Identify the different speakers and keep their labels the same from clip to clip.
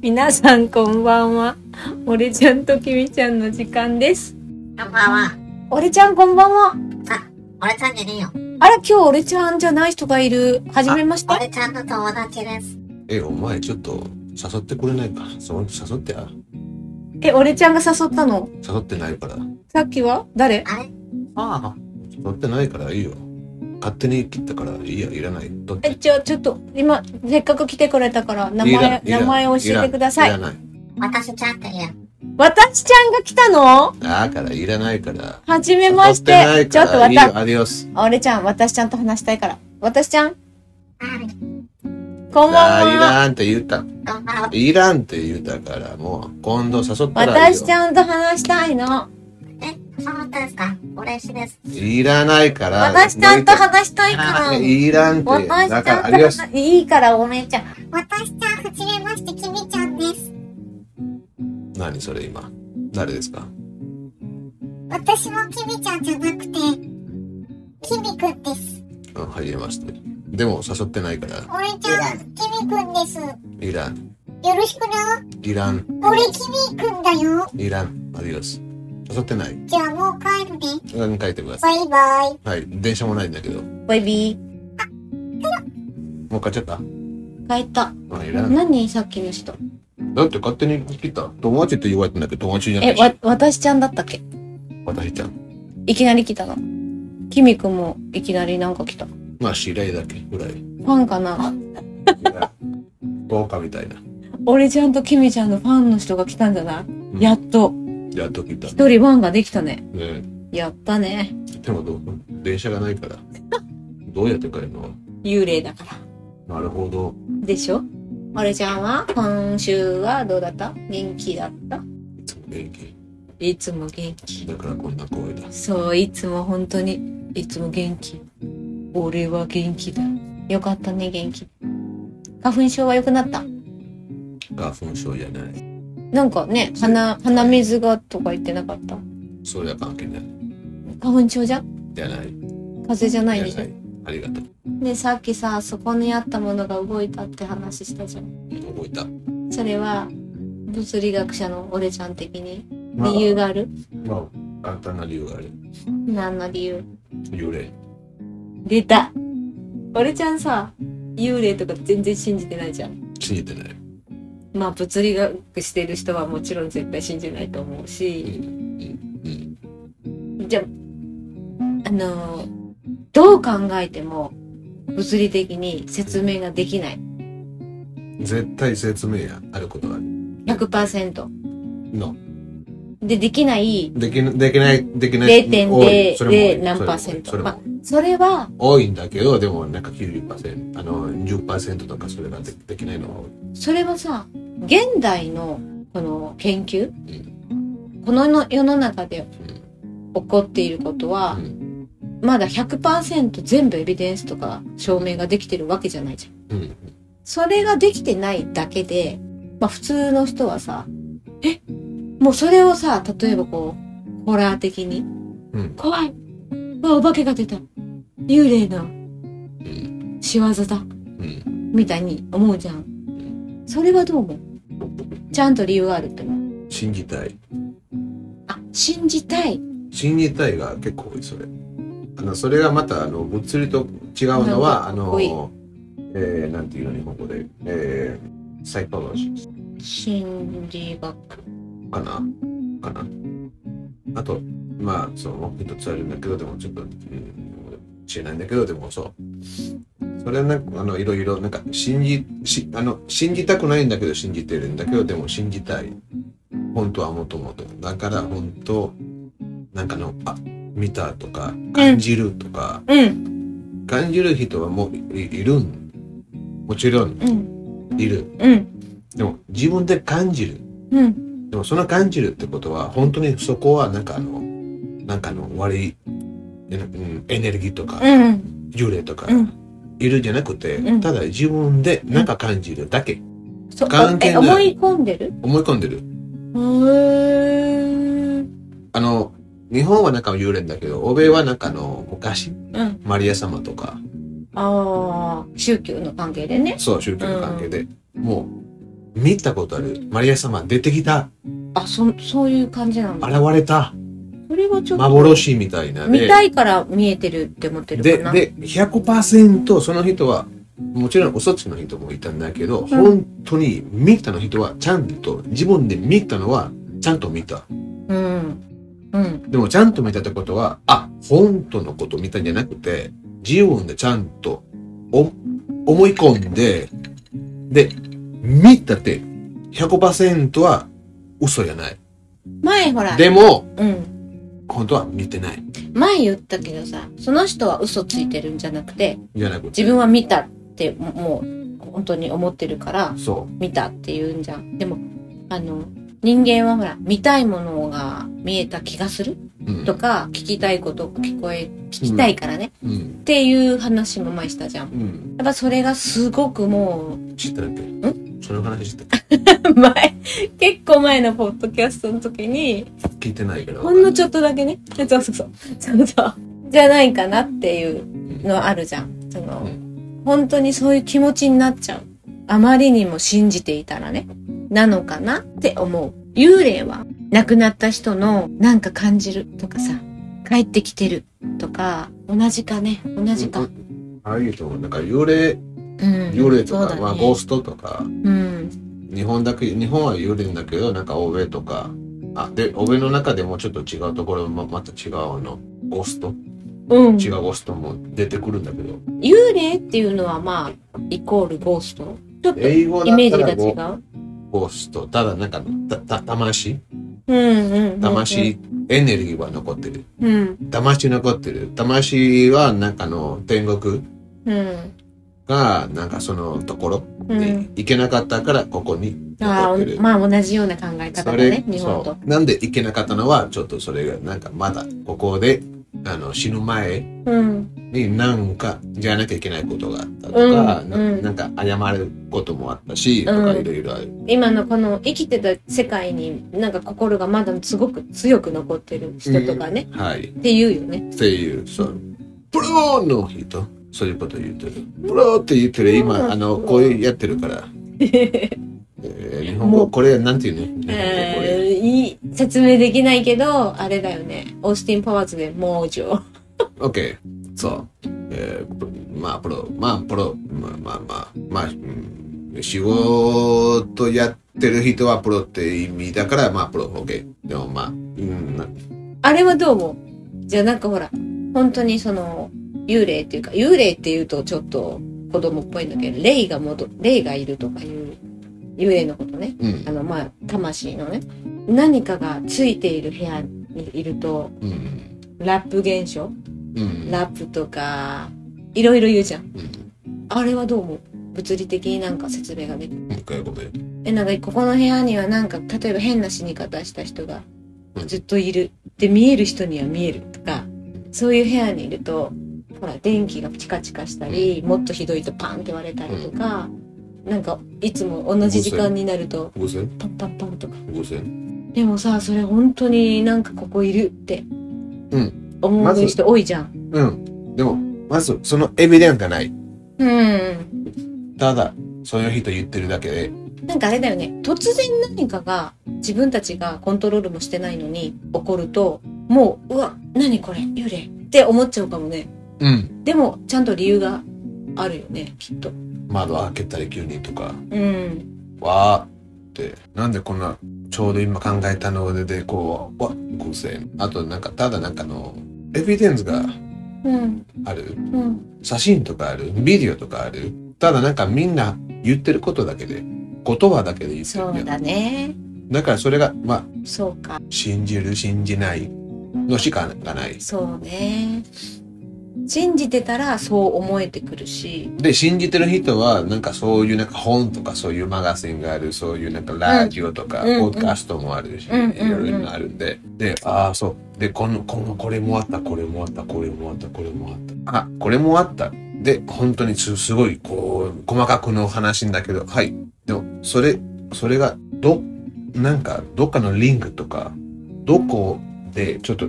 Speaker 1: 皆さんこんばんは。俺ちゃんときみちゃんの時間です。
Speaker 2: こんばんは。
Speaker 1: 俺ちゃんこんばんは。
Speaker 2: 俺ちゃんじゃねえよ。
Speaker 1: あら、今日俺ちゃんじゃない人がいる。はじめまして。
Speaker 2: 俺ちゃんの友達です。
Speaker 3: え、お前ちょっと誘ってくれないか。そ誘ってや。
Speaker 1: え、俺ちゃんが誘ったの
Speaker 3: 誘ってないから。
Speaker 1: さっきは誰
Speaker 2: あれ
Speaker 3: ああ。誘ってないからいいよ。勝手に切ったからいいや、いらない。だっ
Speaker 1: え、
Speaker 3: て。
Speaker 1: じゃあちょっと、今、せっかく来てくれたから、名
Speaker 3: いら
Speaker 1: 前、
Speaker 3: いら
Speaker 1: 名前を教えてください。
Speaker 3: らない。
Speaker 2: 私ちゃんって言う。
Speaker 1: 私ちゃんが来たの
Speaker 3: だからいらないから。
Speaker 1: はじめまし
Speaker 3: 誘ってな
Speaker 1: て。
Speaker 3: い
Speaker 1: ちょ
Speaker 3: か
Speaker 1: っと
Speaker 3: ら
Speaker 1: わ
Speaker 3: いいよ
Speaker 1: た、
Speaker 3: アディオス。
Speaker 1: 俺ちゃん、私ちゃんと話したいから。私ちゃん、
Speaker 2: はい。
Speaker 1: こんば
Speaker 3: あ
Speaker 1: ん
Speaker 3: あ、い
Speaker 1: は。
Speaker 3: らんって言った。
Speaker 2: こんばんは。
Speaker 3: いらんって言ったから、もう、今度誘ったらいい
Speaker 1: 私ち
Speaker 3: よ。
Speaker 1: ゃんと話したいの。
Speaker 2: え、そうだったんですか嬉しいです。
Speaker 3: いらないから。
Speaker 1: 私ちゃんと話したいから。
Speaker 3: いらんって。
Speaker 1: 私
Speaker 3: だ
Speaker 1: ち
Speaker 3: から、
Speaker 1: ゃ
Speaker 3: ア
Speaker 1: ん
Speaker 3: デ
Speaker 1: と
Speaker 3: ィオス。
Speaker 1: 話いいからお姉ちゃん。
Speaker 2: 私ちゃん、はじめまして、きみちゃんです。
Speaker 3: 何それ今。誰ですか
Speaker 2: 私もきみちゃんじゃなくて、きみくんです。
Speaker 3: うん、はじめまして。でも、誘ってないから、
Speaker 2: 俺ちゃん、きみくんです。よ
Speaker 3: いらん。
Speaker 2: ろしくな。
Speaker 3: いらん。
Speaker 2: 俺きみくんだよ。
Speaker 3: いらん。アディオス。誘ってない。
Speaker 2: じゃあもう帰るね。
Speaker 3: うん書いてくださ
Speaker 2: バイバイ。
Speaker 3: い。はい。電車もないんだけど。も
Speaker 1: ベビ
Speaker 3: う買っちゃった
Speaker 1: ー。帰った。
Speaker 3: あ、いらん。
Speaker 1: 何さっきの人。
Speaker 3: だって勝手に切った。友達って言われてんだけど、友達じゃな
Speaker 1: え
Speaker 3: い、し。
Speaker 1: わ、私ちゃんだったっけ
Speaker 3: 私ちゃん。
Speaker 1: いきなり来たの。キミくんもいきなりなんか来た。フ
Speaker 3: まあ、知り合いだけぐらい。 い
Speaker 1: ァンかな
Speaker 3: や豪華みたいな。
Speaker 1: 俺ちゃんとキミちゃんのファンの人が来たんじゃない、
Speaker 3: ん
Speaker 1: やっと。
Speaker 3: やっと聞いた。
Speaker 1: 一人ファンができたね。
Speaker 3: ね
Speaker 1: やったね。
Speaker 3: でもどう、電車がないから。どうやって帰るの
Speaker 1: 幽霊だから。
Speaker 3: なるほど。
Speaker 1: でしょ俺ちゃんは今週はどうだった元気だった
Speaker 3: いつも元気。
Speaker 1: いつも元気。
Speaker 3: だからこんな声だ。
Speaker 1: そう、いつも本当に、いつも元気。俺は元気だ。よかったね、元気。花粉症は良くなった
Speaker 3: 花粉症じゃない。
Speaker 1: なんかね、鼻、鼻水がとか言ってなかった
Speaker 3: それは関係ない。
Speaker 1: 花粉症じゃん
Speaker 3: じゃない。
Speaker 1: 風邪じゃないで
Speaker 3: じ
Speaker 1: し
Speaker 3: ゃな
Speaker 1: ょ
Speaker 3: い。ありがとう。
Speaker 1: ね、さっきさ、そこにあったものが動いたって話したじゃん。
Speaker 3: 覚えた。
Speaker 1: それは、物理学者の俺ちゃん的に理由がある、
Speaker 3: まあ、まあ簡単な理由がある。
Speaker 1: 何の理由
Speaker 3: 幽霊。
Speaker 1: 出た俺ちゃんさ、幽霊とか全然信じてないじゃん。
Speaker 3: 信じてない。
Speaker 1: まあ物理学してる人はもちろん絶対信じないと思うし、
Speaker 3: うん。
Speaker 1: じゃあ、あの、どう考えても物理的に説明ができない。
Speaker 3: 絶対説明やあることがある。
Speaker 1: 100%。
Speaker 3: の。
Speaker 1: で、できない
Speaker 3: できな、できない、できない。多いそれも多い
Speaker 1: 0.0何パーセン
Speaker 3: そ
Speaker 1: ト。
Speaker 3: れ
Speaker 1: ま
Speaker 3: も
Speaker 1: あ、それは、
Speaker 3: 多いんだけど、でもなんか90%、あの、10%とかそれがでできないのは多い。
Speaker 1: それはさ、現代のこの研究、
Speaker 3: ん
Speaker 1: このの世の中で起こっていることは、
Speaker 3: うん
Speaker 1: まだ100%全部エビデンスとか証明ができてるわけじゃないじゃん。
Speaker 3: うん。
Speaker 1: それができてないだけで、まあ普通の人はさ、えもうそれをさ、例えばこう、ホラー的に、
Speaker 3: うん。
Speaker 1: 怖いうわ、お化けが出た幽霊の
Speaker 3: うん。
Speaker 1: 仕業だ
Speaker 3: うん。
Speaker 1: みたいに思うじゃん。それはどう思うちゃんと理由があるって思う。
Speaker 3: 信じたい。
Speaker 1: あ、信じたい。
Speaker 3: 信じたいが結構多い、それ。あの、それがまた、あの、物理と違うのは、あ
Speaker 1: なんかかっこいい
Speaker 3: の、えー、なんていうの、日本語で、えー、サイコロジー
Speaker 1: 心理学。
Speaker 3: かなかなあと、まあ、その、もう一つあるんだけど、でもちょっと、うん、知らないんだけど、でもそう。それはなんか、あの、いろいろ、なんか、信じ、し、あの、信じたくないんだけど、信じてるんだけど、でも信じたい。本当はもともと。だから、本当、なんかの、あ、見たとか、感じるとか、
Speaker 1: うん。
Speaker 3: 感じる人はもういいるん。もちろん、
Speaker 1: うん。
Speaker 3: いる。
Speaker 1: うん。
Speaker 3: でも、自分で感じる。
Speaker 1: うん。
Speaker 3: でもその感じるってことは本当にそこはなんかあのなんかあの悪いえなうんエネルギーとか
Speaker 1: うん。
Speaker 3: 幽霊とか
Speaker 1: うん
Speaker 3: いるんじゃなくて、
Speaker 1: うん
Speaker 3: ただ自分でなんか感じるだけ
Speaker 1: そ
Speaker 3: 関係
Speaker 1: え、
Speaker 3: ない
Speaker 1: 思い込んでる
Speaker 3: 思い込んでる
Speaker 1: うーん。
Speaker 3: あの日本はなんか幽霊だけど欧米はなんかあの昔
Speaker 1: うん。
Speaker 3: マリア様とか
Speaker 1: ああ、宗教の関係でね。
Speaker 3: そう宗教の関係で、もう見たことある。マリア様、出てきた。
Speaker 1: あ、そ、そういう感じなん
Speaker 3: 現
Speaker 1: だ。
Speaker 3: れた。
Speaker 1: それはちょっと。
Speaker 3: 幻みたいな
Speaker 1: 見
Speaker 3: で。
Speaker 1: たいから見えてるって思って
Speaker 3: で
Speaker 1: るかな。
Speaker 3: で100%その人はもちろんおそっちの人もいたんだけど、本当に見たの人はちゃんと自分で見たのはちゃんと見た
Speaker 1: うん。うん。
Speaker 3: でもちゃんと見たってことはあ本当のこと見たんじゃなくて自分でちゃんとお思い込んでで見たって100%は嘘じゃない
Speaker 1: 前ほら、
Speaker 3: でも
Speaker 1: うん。
Speaker 3: 本当は見てない
Speaker 1: 前言ったけどさ、その人は嘘ついてるんじゃなくて、
Speaker 3: じゃなくて
Speaker 1: 自分は見たって、もう、本当に思ってるから、
Speaker 3: そ
Speaker 1: 見たって言うんじゃん。でも、あの、人間はほら、見たいものが見えた気がする
Speaker 3: う、うん
Speaker 1: とか、聞きたいこと、聞こえ、聞きたいからね、
Speaker 3: うん
Speaker 1: っていう話も前したじゃん。
Speaker 3: うん、
Speaker 1: やっぱそれがすごくも
Speaker 3: 知ってるっけその話知ってる
Speaker 1: う、 前、結構前のポッドキャストの時に、
Speaker 3: 聞いてないから
Speaker 1: ほんのちょっとだけね、そうそうそう、そうそう、じゃないかなっていう
Speaker 3: う
Speaker 1: のあるじゃん。その
Speaker 3: う、
Speaker 1: 本当にそういう気持ちになっちゃう。あまりにも信じていたらね、なのかなって思う。幽霊は、亡くなった人のなんか感じるとかさ、帰ってきてるとか、同じかね、同じか。うん。
Speaker 3: んああいうとなんか幽霊幽霊と
Speaker 1: そう
Speaker 3: か、
Speaker 1: だね
Speaker 3: まあ、ゴーストとか
Speaker 1: うん。
Speaker 3: 日本だけ日本は幽霊だけどなんか欧米とかあで欧米の中でもちょっと違うところもままた違うあのゴースト
Speaker 1: うん。
Speaker 3: 違うゴーストも出てくるんだけど
Speaker 1: 幽霊っていうのはまあ、イコールゴースト。ちょっとイ
Speaker 3: 英語だっ
Speaker 1: メージ
Speaker 3: た
Speaker 1: が
Speaker 3: ら
Speaker 1: 違
Speaker 3: ゴ
Speaker 1: う。
Speaker 3: ゴーストただなんかたた魂
Speaker 1: うんうんうんうん。
Speaker 3: 魂エネルギーは残ってる
Speaker 1: うん。
Speaker 3: 魂残ってる魂はなんかの天国
Speaker 1: うん。
Speaker 3: がなんかそのところ
Speaker 1: う
Speaker 3: に
Speaker 1: ん。
Speaker 3: 行けなかったからここに
Speaker 1: あ
Speaker 3: 残ってる
Speaker 1: あ、まあ同じような考え方だね、日本
Speaker 3: そ
Speaker 1: と。
Speaker 3: うなんで行けなかったのはちょっとそれがなんかまだここであの死ぬ前
Speaker 1: うん。
Speaker 3: に何かやらなきゃいけないことがあったとか、
Speaker 1: うん
Speaker 3: な
Speaker 1: うん
Speaker 3: なんか謝ることもあったし、
Speaker 1: うん
Speaker 3: とかいろいろある、
Speaker 1: 今のこの生きてた世界になんか心がまだすごく強く残ってる人とかね、
Speaker 3: はいっ
Speaker 1: っていうよね。
Speaker 3: ていうそうプロの人そういうこと言ってるプロって言ってる
Speaker 1: う
Speaker 3: 今
Speaker 1: ん
Speaker 3: あのこういうやって るから、えー日本
Speaker 1: も
Speaker 3: 語
Speaker 1: う
Speaker 3: これなんていうの日本語これ、
Speaker 1: えーいい説明できないけど、あれだよね。オースティン・パワーズで、モージョ。
Speaker 3: OK そう、えープまあプロまあプロまあまあまあまあ、うん仕事やってる人はプロって意味だからまあプロ OK でもまあ、うん、な
Speaker 1: あれはどう思うじゃあなんかほら、本当にその、幽霊っていうか、幽霊っていうとちょっと子供っぽいんだけど、霊が戻、霊がいるとかいう、幽霊のことね。
Speaker 3: うん
Speaker 1: あの、まあ、魂のね。何かがついている部屋にいると、
Speaker 3: うん
Speaker 1: ラップ現象
Speaker 3: うん
Speaker 1: ラップとか、いろいろ言うじゃん。
Speaker 3: うん
Speaker 1: あれはどう思う物理的になんか説明ができる。
Speaker 3: もう一回ごめん
Speaker 1: え、なんかここの部屋にはなんか、例えば変な死に方した人が
Speaker 3: うん
Speaker 1: ずっといる。で、見える人には見えるとか、そういう部屋にいると、ほら、電気がチカチカしたり、もっとひどいとパンって割れたりとか、なんか、いつも同じ時間になると、
Speaker 3: 偶然
Speaker 1: パンパンパンとか。
Speaker 3: 偶然
Speaker 1: でもさ、それ本当になんかここいるって、
Speaker 3: ん
Speaker 1: 思
Speaker 3: まず
Speaker 1: う人多いじゃん。
Speaker 3: うんでもまずそのエビデンスがない
Speaker 1: うん。
Speaker 3: ただそういう人言ってるだけで
Speaker 1: なんかあれだよね。突然何かが自分たちがコントロールもしてないのに起こると、もう、うわ、何これ、幽霊って思っちゃうかもね。
Speaker 3: うん
Speaker 1: でも、ちゃんと理由があるよね、きっと。
Speaker 3: 窓開けたり急にとか
Speaker 1: うん。
Speaker 3: わーってなんでこんなちょうど今考えたのででこうわ偶然あとなんかただなんかのエビデンスが
Speaker 1: うん。
Speaker 3: ある
Speaker 1: うん。
Speaker 3: 写真とかあるビデオとかあるただなんかみんな言ってることだけで言葉だけで言って
Speaker 1: そ
Speaker 3: る
Speaker 1: う
Speaker 3: じゃ
Speaker 1: だ
Speaker 3: ん
Speaker 1: ね。
Speaker 3: だからそれがまあ
Speaker 1: そうか。
Speaker 3: 信じる信じないのしかがない
Speaker 1: そうね。信じてたらそう思えてくるし。
Speaker 3: で信じてる人はなんかそういうなんか本とかそういうマガジンがあるそういうなんかラジオとか、
Speaker 1: うん
Speaker 3: ポッドキャストもあるし、
Speaker 1: うん
Speaker 3: いろいろあるんで、でああそうでこのこのこれもあったこれもあったこれもあったこれもあったあこれもあったで本当にすすごいこう細かくの話んだけどはいでもそれそれがどなんかどっかのリンクとかどこでちょっと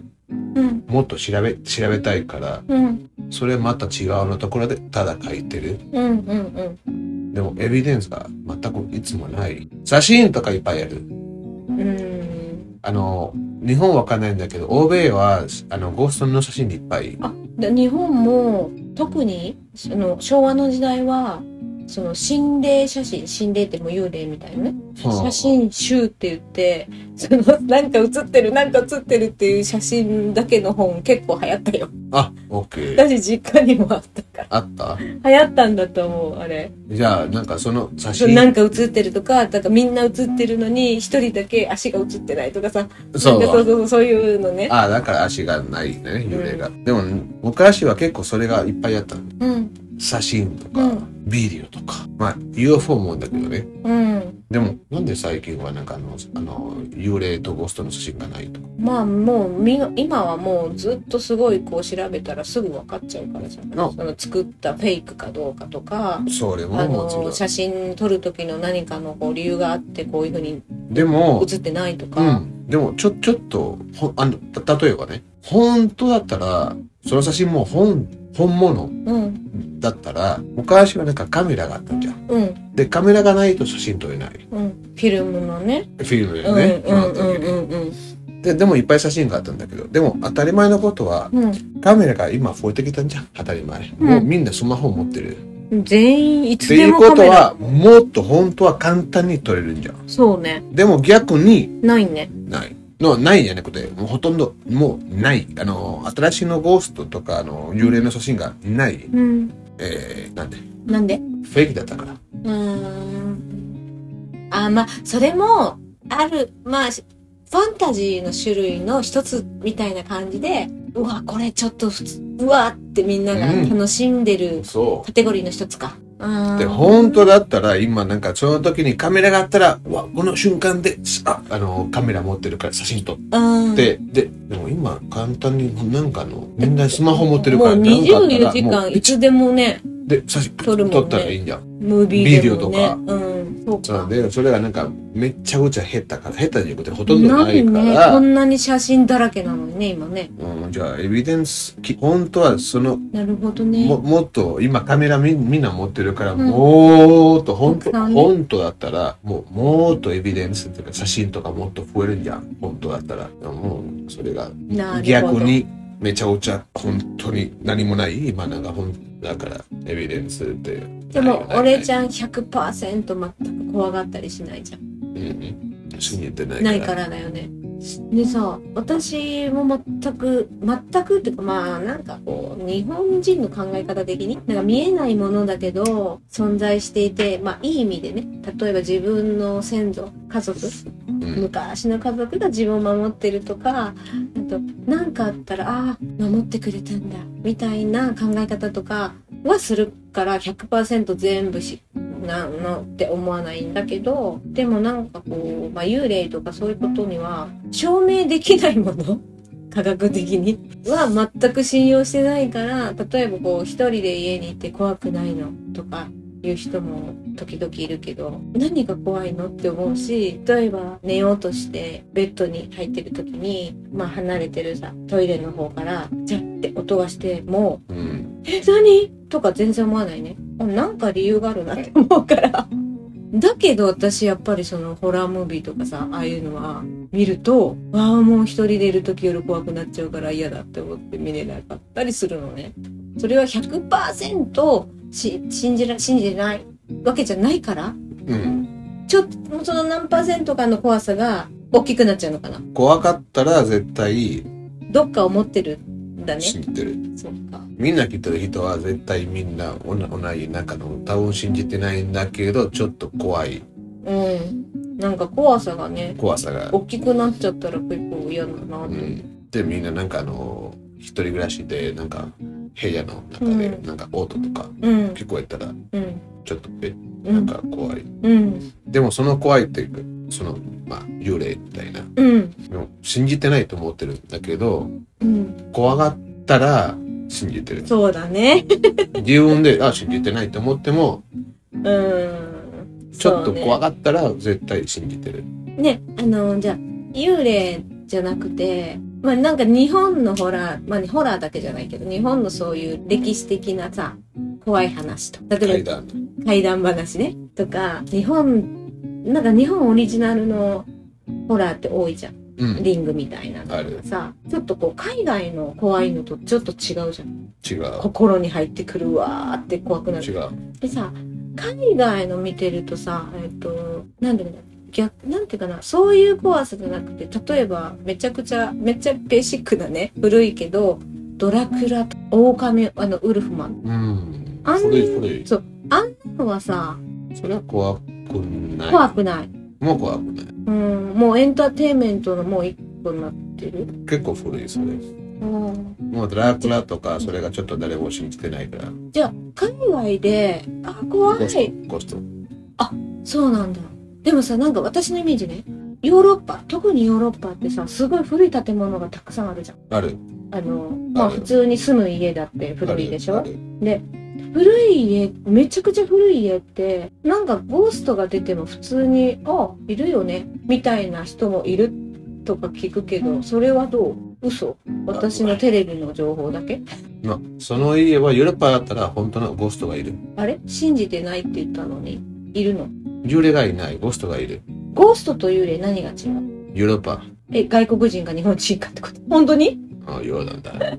Speaker 1: うん。
Speaker 3: もっと調べ調べたいから
Speaker 1: うん。
Speaker 3: それまた違うのところでただ書いてる
Speaker 1: うん。うん。うん。
Speaker 3: でもエビデンスが全くいつもない。写真とかいっぱいやる。
Speaker 1: うん。
Speaker 3: あの、日本わかんないんだけど、欧米は、あの、ゴーストの写真いっぱい。
Speaker 1: あ、で日本も特にその昭和の時代はその心霊写真、心霊ってもう幽霊みたいなね。写真集って言って、そのなんか写ってる、なんか写ってるっていう写真だけの本結構流行ったよ。
Speaker 3: あ、オッケー。
Speaker 1: 私実家にもあったか
Speaker 3: あった
Speaker 1: ら。流行ったんだと思う、あれ。
Speaker 3: じゃあ、なんかその写
Speaker 1: そうな
Speaker 3: 真。
Speaker 1: んか写ってるとか、だからみんな写ってるのに、一人だけ足が写ってないとかさ、
Speaker 3: そ
Speaker 1: なんかそうそ
Speaker 3: う。
Speaker 1: うそう、そういうのね。
Speaker 3: あだから足がないね、幽霊が。でも、昔は結構それがいっぱいあったの。
Speaker 1: うん。
Speaker 3: 写真と
Speaker 1: う
Speaker 3: か、ビデオとか。まあ、UFO もだけどね。
Speaker 1: うん。
Speaker 3: でも、なんで最近はなんかあの、あの、幽霊とゴーストの写真がないとか。
Speaker 1: まあもうみの、今はもうずっとすごいこう調べたらすぐ分かっちゃうからさ、
Speaker 3: な
Speaker 1: その作ったフェイクかどうかとか、
Speaker 3: それ
Speaker 1: あ
Speaker 3: ももちろ
Speaker 1: の、
Speaker 3: ん。
Speaker 1: 写真撮る時の何かのこう理由があってこういうふうに
Speaker 3: でも、
Speaker 1: 写ってないと
Speaker 3: う
Speaker 1: か、
Speaker 3: ん。でも、ちょ、ちょっと、ほ、あの、た例えばね、本当だったら、その写真も本、本物
Speaker 1: うん、
Speaker 3: だったら、昔はなんかカメラがあったじゃん。
Speaker 1: うん、
Speaker 3: で、カメラがないと写真撮れない。
Speaker 1: うん、フィルムのね、
Speaker 3: フィルムで
Speaker 1: うん、
Speaker 3: ね。
Speaker 1: うん、
Speaker 3: その
Speaker 1: う
Speaker 3: 時
Speaker 1: ん、
Speaker 3: に
Speaker 1: うん、うん、
Speaker 3: で、でもいっぱい写真があったんだけど、でも当たり前のことは、
Speaker 1: うん
Speaker 3: カメラが今増えてきたんじゃん。当たり前。
Speaker 1: うん
Speaker 3: もうみんなスマホ持ってる。
Speaker 1: うん、全員い
Speaker 3: っ
Speaker 1: つ
Speaker 3: てい
Speaker 1: で
Speaker 3: う
Speaker 1: も
Speaker 3: こ
Speaker 1: カ
Speaker 3: と
Speaker 1: メ
Speaker 3: は、
Speaker 1: ラ、
Speaker 3: もっと本当は簡単に撮れるんじゃん。
Speaker 1: そうね、
Speaker 3: でも逆に、
Speaker 1: ないね、
Speaker 3: ない。のないじゃなくて、もうほとんど、もうない。あの、新しいのゴーストとか、あの、幽霊の写真がない。
Speaker 1: うん、
Speaker 3: えー、なんで、フ
Speaker 1: なんで
Speaker 3: ェイクだったから。
Speaker 1: うーん。あ、まあ、それも、ある、まあ、しファンタジーの種類の一つみたいな感じで、うわ、これちょっと普通、うわってみんなが
Speaker 3: うん
Speaker 1: 楽しんでる
Speaker 3: そ
Speaker 1: カテゴリーの一つか。うーん。
Speaker 3: で、本当だったら、今なんか、その時にカメラがあったら、うわ、この瞬間で、しあ、あの、カメラ持ってるから写真撮っ
Speaker 1: うん。
Speaker 3: て、で、でも今、簡単に、なんかあの、みんなスマホ持ってるか
Speaker 1: も
Speaker 3: ら、
Speaker 1: う
Speaker 3: なんかあったら
Speaker 1: 24時
Speaker 3: も
Speaker 1: 間、
Speaker 3: う
Speaker 1: いつでもね、
Speaker 3: で、写真
Speaker 1: 撮るもんね
Speaker 3: 撮ったらいいんじゃん。
Speaker 1: ムービーでも、ね。
Speaker 3: ビデオと
Speaker 1: うん。そう
Speaker 3: そ
Speaker 1: か
Speaker 3: う。で、それがなんか、めっちゃくちゃ減ったから、減ったじゃなくて、ほとんど
Speaker 1: な
Speaker 3: なん
Speaker 1: で
Speaker 3: いか
Speaker 1: ね、
Speaker 3: ら、
Speaker 1: こんなに写真だらけなのにね、今ね。
Speaker 3: うん、じゃあエビデンスき本当はその
Speaker 1: なるほどね。
Speaker 3: ももっと今カメラみみんな持ってるから、
Speaker 1: うん
Speaker 3: もっと本
Speaker 1: たくさ
Speaker 3: 当、
Speaker 1: んね
Speaker 3: 本当だったらもうもっとエビデンスとか写真とかもっと増えるじゃん本当だったらもうそれが
Speaker 1: なるほど
Speaker 3: 逆にめちゃくちゃ本当に何もない今なんか本だからエビデンスって
Speaker 1: でも、俺ち
Speaker 3: ゃ
Speaker 1: ゃん100%全く怖がったりしないじゃん。
Speaker 3: ん、うん、信じてないから
Speaker 1: ないからだよね。でさ、私も全く、全くっていうかまあなんかこう、日本人の考え方的に、なんか見えないものだけど存在していて、まあいい意味でね、例えば自分の先祖、家族、
Speaker 3: うん
Speaker 1: 昔の家族が自分を守ってるとか、あと何かあったら、ああ、守ってくれたんだ、みたいな考え方とかはするから100%全部し、なのって思わないんだけど、でもなんかこう、まあ幽霊とかそういうことには証明できないもの科学的には全く信用してないから、例えばこう一人で家にいて怖くないのとかいう人も時々いるけど何が怖いのって思うし例えば寝ようとしてベッドに入ってる時にまあ離れてるさトイレの方からジャッて音がしても
Speaker 3: うん
Speaker 1: 「え何?」とか全然思わないねあなんか理由があるなって思うからだけど私やっぱりそのホラームービーとかさああいうのは見るとああもう一人でいる時より怖くなっちゃうから嫌だって思って見れなかったりするのねそれは100%し信じら信じてないわけじゃないから
Speaker 3: うん
Speaker 1: ちょっとその何パーセントかの怖さが大きくなっちゃうのかな
Speaker 3: 怖かったら絶対
Speaker 1: どっかを持ってるんだね
Speaker 3: 信じてる
Speaker 1: そうか
Speaker 3: みんな来てる人は絶対みんな同じ中の多分信じてないんだけどちょっと怖い
Speaker 1: うんなんか怖さがね
Speaker 3: 怖さが、
Speaker 1: 大きくなっちゃったら結構嫌だなと思
Speaker 3: う
Speaker 1: って、
Speaker 3: ん、でみんななんかあの一人暮らしでなんか部屋の中で
Speaker 1: うん
Speaker 3: なんか音とか
Speaker 1: うん
Speaker 3: 聞こえたら
Speaker 1: うん
Speaker 3: ちょっとえ
Speaker 1: う
Speaker 3: なん
Speaker 1: ん
Speaker 3: か怖い
Speaker 1: うん
Speaker 3: でもその怖いっていうかそのまあ幽霊みたいな
Speaker 1: うん
Speaker 3: でも信じてないと思ってるんだけど
Speaker 1: うん
Speaker 3: 怖がったら信じてる
Speaker 1: そうだね
Speaker 3: 自分であ信じてないと思っても
Speaker 1: うん
Speaker 3: ちょっと怖
Speaker 1: か
Speaker 3: がったら絶対信じてる
Speaker 1: ねあのじゃあ幽霊じゃなくてまあなんか日本のホラーまあホラーだけじゃないけど日本のそういう歴史的なさ怖い話と例えば
Speaker 3: 階段
Speaker 1: 怪談話ねとか日本なんか日本オリジナルのホラーって多いじゃん
Speaker 3: うん
Speaker 1: リングみたいなの
Speaker 3: ある
Speaker 1: さちょっとこう海外の怖いのとちょっと違うじゃん
Speaker 3: 違う
Speaker 1: 心に入ってくるわーって怖くな
Speaker 3: 違
Speaker 1: る
Speaker 3: う
Speaker 1: でさ海外の見てるとさえっ、となんで逆なんていうかなそういう怖さじゃなくて例えばめちゃくちゃめっちゃベーシックだね古いけどドラクラと狼あのウルフマン
Speaker 3: うん
Speaker 1: あん
Speaker 3: 古い古い
Speaker 1: のはさ
Speaker 3: それは怖くない
Speaker 1: 怖くない
Speaker 3: もう怖くない
Speaker 1: うん、もうエンターテインメントのもう一個になってる。
Speaker 3: 結構古いそれもうドラクラとかそれがちょっと誰も信じてないから
Speaker 1: じゃあ、海外で、あ、怖
Speaker 3: コス
Speaker 1: い。
Speaker 3: トコスト
Speaker 1: そうなんだ。でもさ、なんか私のイメージね、ヨーロッパ、特にヨーロッパってさ、すごい古い建物がたくさんあるじゃん。
Speaker 3: ある
Speaker 1: あの、ま
Speaker 3: あ
Speaker 1: あ
Speaker 3: る
Speaker 1: 普通に住む家だって
Speaker 3: あ
Speaker 1: 古
Speaker 3: る
Speaker 1: いでし
Speaker 3: あ
Speaker 1: ょ
Speaker 3: る
Speaker 1: 古い家、めちゃくちゃ古い家って、なんかゴーストが出ても普通に、あ、いるよね、みたいな人もいるとか聞くけど、それはどう嘘私のテレビの情報だけ
Speaker 3: まあその家はヨーロッパだったら本当のゴーストがいる
Speaker 1: あれ信じてないって言ったのに、いるの。
Speaker 3: 幽霊がいないゴーストがいる
Speaker 1: ゴーストと幽霊何が違う
Speaker 3: ヨーロッパ
Speaker 1: え、外国人か日本人かってこと本当に
Speaker 3: あヨーロッパだ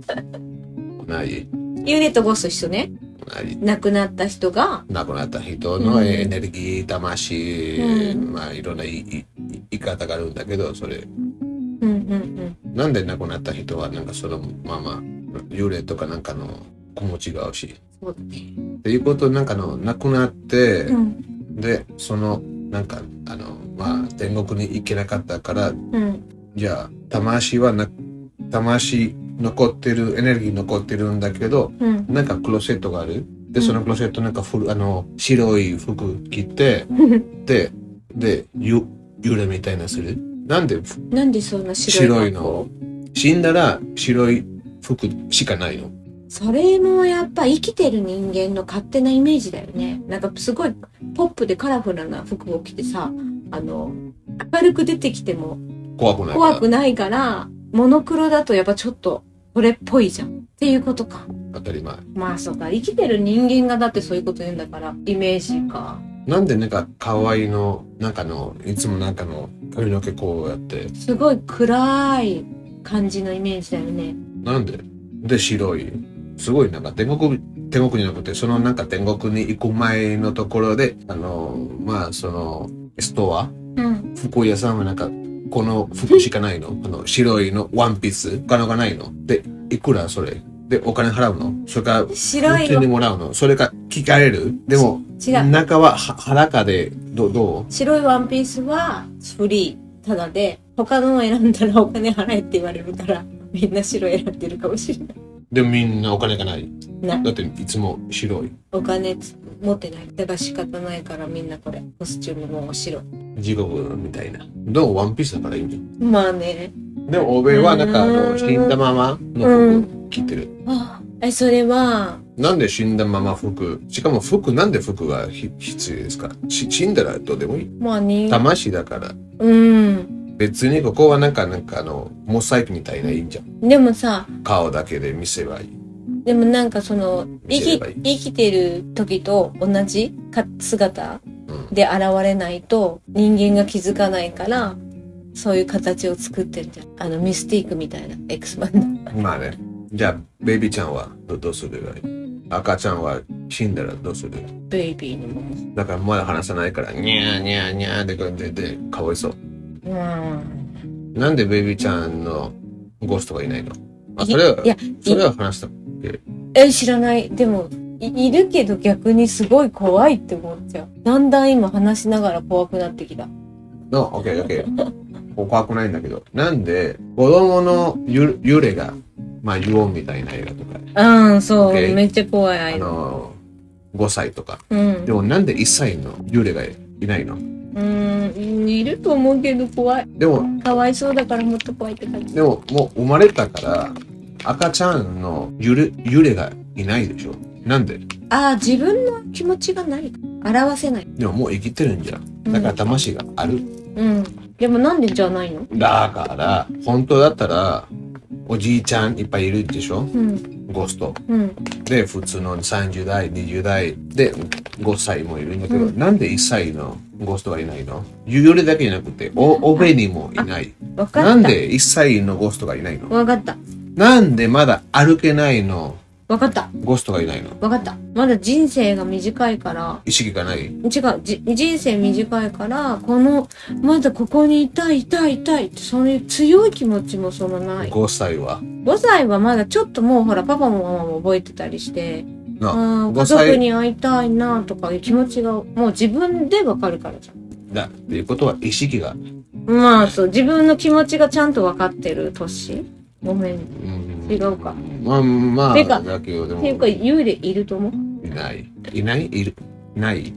Speaker 3: 同じ
Speaker 1: 幽霊とゴースト一緒ね。
Speaker 3: 同じ
Speaker 1: 亡くなった人が、
Speaker 3: 亡くなった人
Speaker 1: う
Speaker 3: の
Speaker 1: ん
Speaker 3: エネルギー、魂、
Speaker 1: うん
Speaker 3: まあいろんないいい言い方があるんだけど、それ、
Speaker 1: うんうん
Speaker 3: なんで亡くなった人はなんかそのまま幽霊とかなんかの子も違うし。
Speaker 1: うん。そうだね。
Speaker 3: っていうこと、なんかの亡くなって、
Speaker 1: うん。
Speaker 3: で、そのなんかあの、まあ天国に行けなかったから、
Speaker 1: うん。
Speaker 3: じゃあ魂はな、魂残ってる、エネルギー残ってるんだけど、
Speaker 1: うん。
Speaker 3: なんかクロセットがある。で、
Speaker 1: うん
Speaker 3: そのクロセットなんかふるあの白い服着て、で、で、ゆ、揺れみたいなする。なんでふ
Speaker 1: なんでそんな白
Speaker 3: 白
Speaker 1: い
Speaker 3: い
Speaker 1: の
Speaker 3: の死んだら白い服しかないの。
Speaker 1: それもやっぱ生きてる人間の勝手なイメージだよね。なんかすごいポップでカラフルな服を着てさ、あの、明るく出てきても
Speaker 3: 怖くないから。
Speaker 1: 怖くないから、モノクロだとやっぱちょっとこれっぽいじゃん。っていうことか。
Speaker 3: 当たり前。
Speaker 1: まあそうか、生きてる人間がだってそういうこと言うんだから、イメージか。
Speaker 3: なんでなんか、河合の、なんかの、いつもなんかの髪の毛こうやって。
Speaker 1: すごい暗い感じのイメージだよね。
Speaker 3: なんでで、白い。すごいなんか天国、天国じゃなくて、そのなんか天国に行く前のところで、あの、まあ、その、ストア
Speaker 1: うん。
Speaker 3: 服屋さんはなんか、この服しかないの。あの、白いのワンピース。お金がないの。で、いくらそれ。で、お金払うの。それから、
Speaker 1: 白
Speaker 3: 普
Speaker 1: い
Speaker 3: 通
Speaker 1: よ。
Speaker 3: に
Speaker 1: 違
Speaker 3: もらうの。それか、聞かれる。でも、
Speaker 1: う。
Speaker 3: 中はは裸で、どど
Speaker 1: 白いワンピースはフリー、ただで、他のを選んだらお金払えって言われるから、みんな白選んでるかもしれない。
Speaker 3: うで、みんなお金がない。
Speaker 1: ない
Speaker 3: だって、いつも白い。
Speaker 1: お金つ持ってない。だから仕方ないからみんなこれ、コスチュームも白。
Speaker 3: 地獄みたいな。でも、ワンピースだからいいんじゃん。
Speaker 1: まあね。
Speaker 3: でも、欧米はなんか、あ
Speaker 1: うーん
Speaker 3: の、死んだまま
Speaker 1: う
Speaker 3: の服着てる。
Speaker 1: ああえ、それは、
Speaker 3: なんで死んだまま服しかも服、なんで服がひ必要ですかし死んだらどうでもいい。
Speaker 1: まあに、
Speaker 3: 魂だから。
Speaker 1: うん。
Speaker 3: 別にここはなんかなんかあのモザイクみたいないいんじゃん
Speaker 1: でもさ、
Speaker 3: 顔だけで見せばいい
Speaker 1: でもなんかその
Speaker 3: 見
Speaker 1: 生き
Speaker 3: せればいい
Speaker 1: 生きてる時と同じか姿
Speaker 3: うん
Speaker 1: で現れないと人間が気づかないからそういう形を作ってるじゃんあのミスティークみたいな X マンの
Speaker 3: まあねじゃあベイビーちゃんはどどうするがいい赤ちゃんは死んだらどうする
Speaker 1: ベイビーにも
Speaker 3: だからまだ話さないからニャーニャーニャーって感じでかわいそう
Speaker 1: うん
Speaker 3: なんでベイビーちゃんのゴーストがいないのあ
Speaker 1: い
Speaker 3: それはい
Speaker 1: や
Speaker 3: それは話した
Speaker 1: え知らないでもいいるけど逆にすごい怖いって思っちゃうだんだん今話しながら怖くなってきた
Speaker 3: の OKOK 怖くないんだけどなんで子供のゆ幽霊がまあユオンみたいな映画とか
Speaker 1: うんそう
Speaker 3: Okay
Speaker 1: めっちゃ怖い
Speaker 3: あ
Speaker 1: 間
Speaker 3: の5歳とか
Speaker 1: うん
Speaker 3: でもなんで1歳の幽霊がいないの
Speaker 1: うんいると思うけど怖い
Speaker 3: でも、
Speaker 1: かわいそうだからもっと怖いって感じ
Speaker 3: でももう生まれたから、赤ちゃんの揺れ揺れがいないでしょ。なんで
Speaker 1: ああ、自分の気持ちがない。表せない。
Speaker 3: でももう生きてるんじゃん。だから魂がある。
Speaker 1: うん。でもなんでじゃないの
Speaker 3: だから、本当だったら、おじいちゃんいっぱいいるでしょ
Speaker 1: うん。
Speaker 3: ゴースト
Speaker 1: うん。
Speaker 3: で普通の30代20代で5歳もいるんだけど、
Speaker 1: うん
Speaker 3: なんで1歳のゴーストはいないのよりだけじゃなくてお欧米にもいない
Speaker 1: わかった。
Speaker 3: なんで1歳のゴーストがいないの
Speaker 1: わかった。
Speaker 3: なんでまだ歩けないの
Speaker 1: わかった。
Speaker 3: ゴーストがいないの
Speaker 1: わかった。まだ人生が短いから、
Speaker 3: 意識がない
Speaker 1: 違う、じ人生短いから、この、まだここにいたい、いたい、いたいって、そういう強い気持ちもそのない。
Speaker 3: 5歳は
Speaker 1: 5歳はまだちょっともうほら、パパもママも覚えてたりして、
Speaker 3: なあ
Speaker 1: あー
Speaker 3: 5
Speaker 1: 家
Speaker 3: 歳
Speaker 1: 族に会いたいなとかいう気持ちが、もう自分でわかるからじゃん。
Speaker 3: だっていうことは意識が
Speaker 1: まあそう、自分の気持ちがちゃんとわかってる年ごめん。っ違うか
Speaker 3: まあまあ
Speaker 1: てか
Speaker 3: だけどでも
Speaker 1: ていうか、幽霊いると思う
Speaker 3: いないいないいるない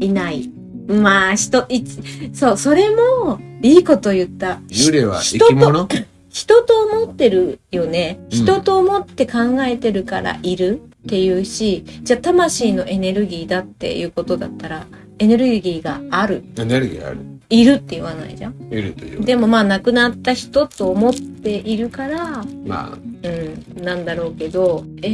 Speaker 1: いない。まあ、人、いちそう、それも、いいこと言った。
Speaker 3: 幽霊は
Speaker 1: ひ
Speaker 3: 生き物
Speaker 1: 人と思ってるよね。
Speaker 3: うん
Speaker 1: 人と思って考えてるからいるっていうし、じゃあ魂のエネルギーだっていうことだったら、エネルギーがある、
Speaker 3: エネルギーがある
Speaker 1: いるって言わないじゃん。
Speaker 3: いるという
Speaker 1: でもまあ亡くなった人と思っているから、
Speaker 3: まあ
Speaker 1: うん、なんだろうけど、え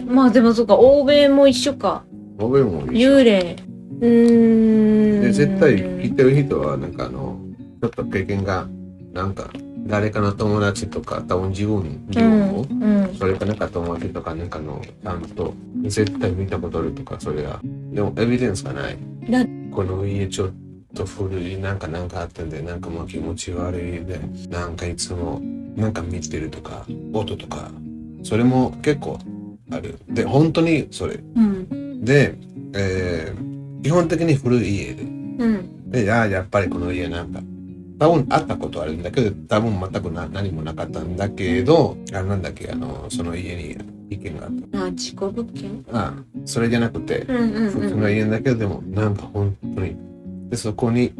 Speaker 1: ー、まあでもそうか、欧米も一緒か。
Speaker 3: 僕も一緒
Speaker 1: 幽霊。うーん。
Speaker 3: で絶対聞いてる人はなんかあのちょっと経験がなんか誰かの友達とか多分自分自分を、
Speaker 1: うん。うん
Speaker 3: それかなんか友達とかなんかのちゃんと絶対見たことあるとかそれがでもエビデンスがない
Speaker 1: だ
Speaker 3: この家ちょっと古いなんかなんかあったんでなんかもう気持ち悪いでなんかいつもなんか見てるとか音とかそれも結構あるで本当にそれ
Speaker 1: うん。
Speaker 3: で、えー基本的に古い家で
Speaker 1: うん。
Speaker 3: で、ああ、やっぱりこの家なんか、多分会ったことあるんだけど、多分全くな何もなかったんだけど、あなんだっけ、あの、その家に意見があっ
Speaker 1: あ、事故物件
Speaker 3: た。ああそれじゃなくて、
Speaker 1: うんうん
Speaker 3: 普通
Speaker 1: うん。
Speaker 3: の家だけど、でも、なんか本当に。で、そこに、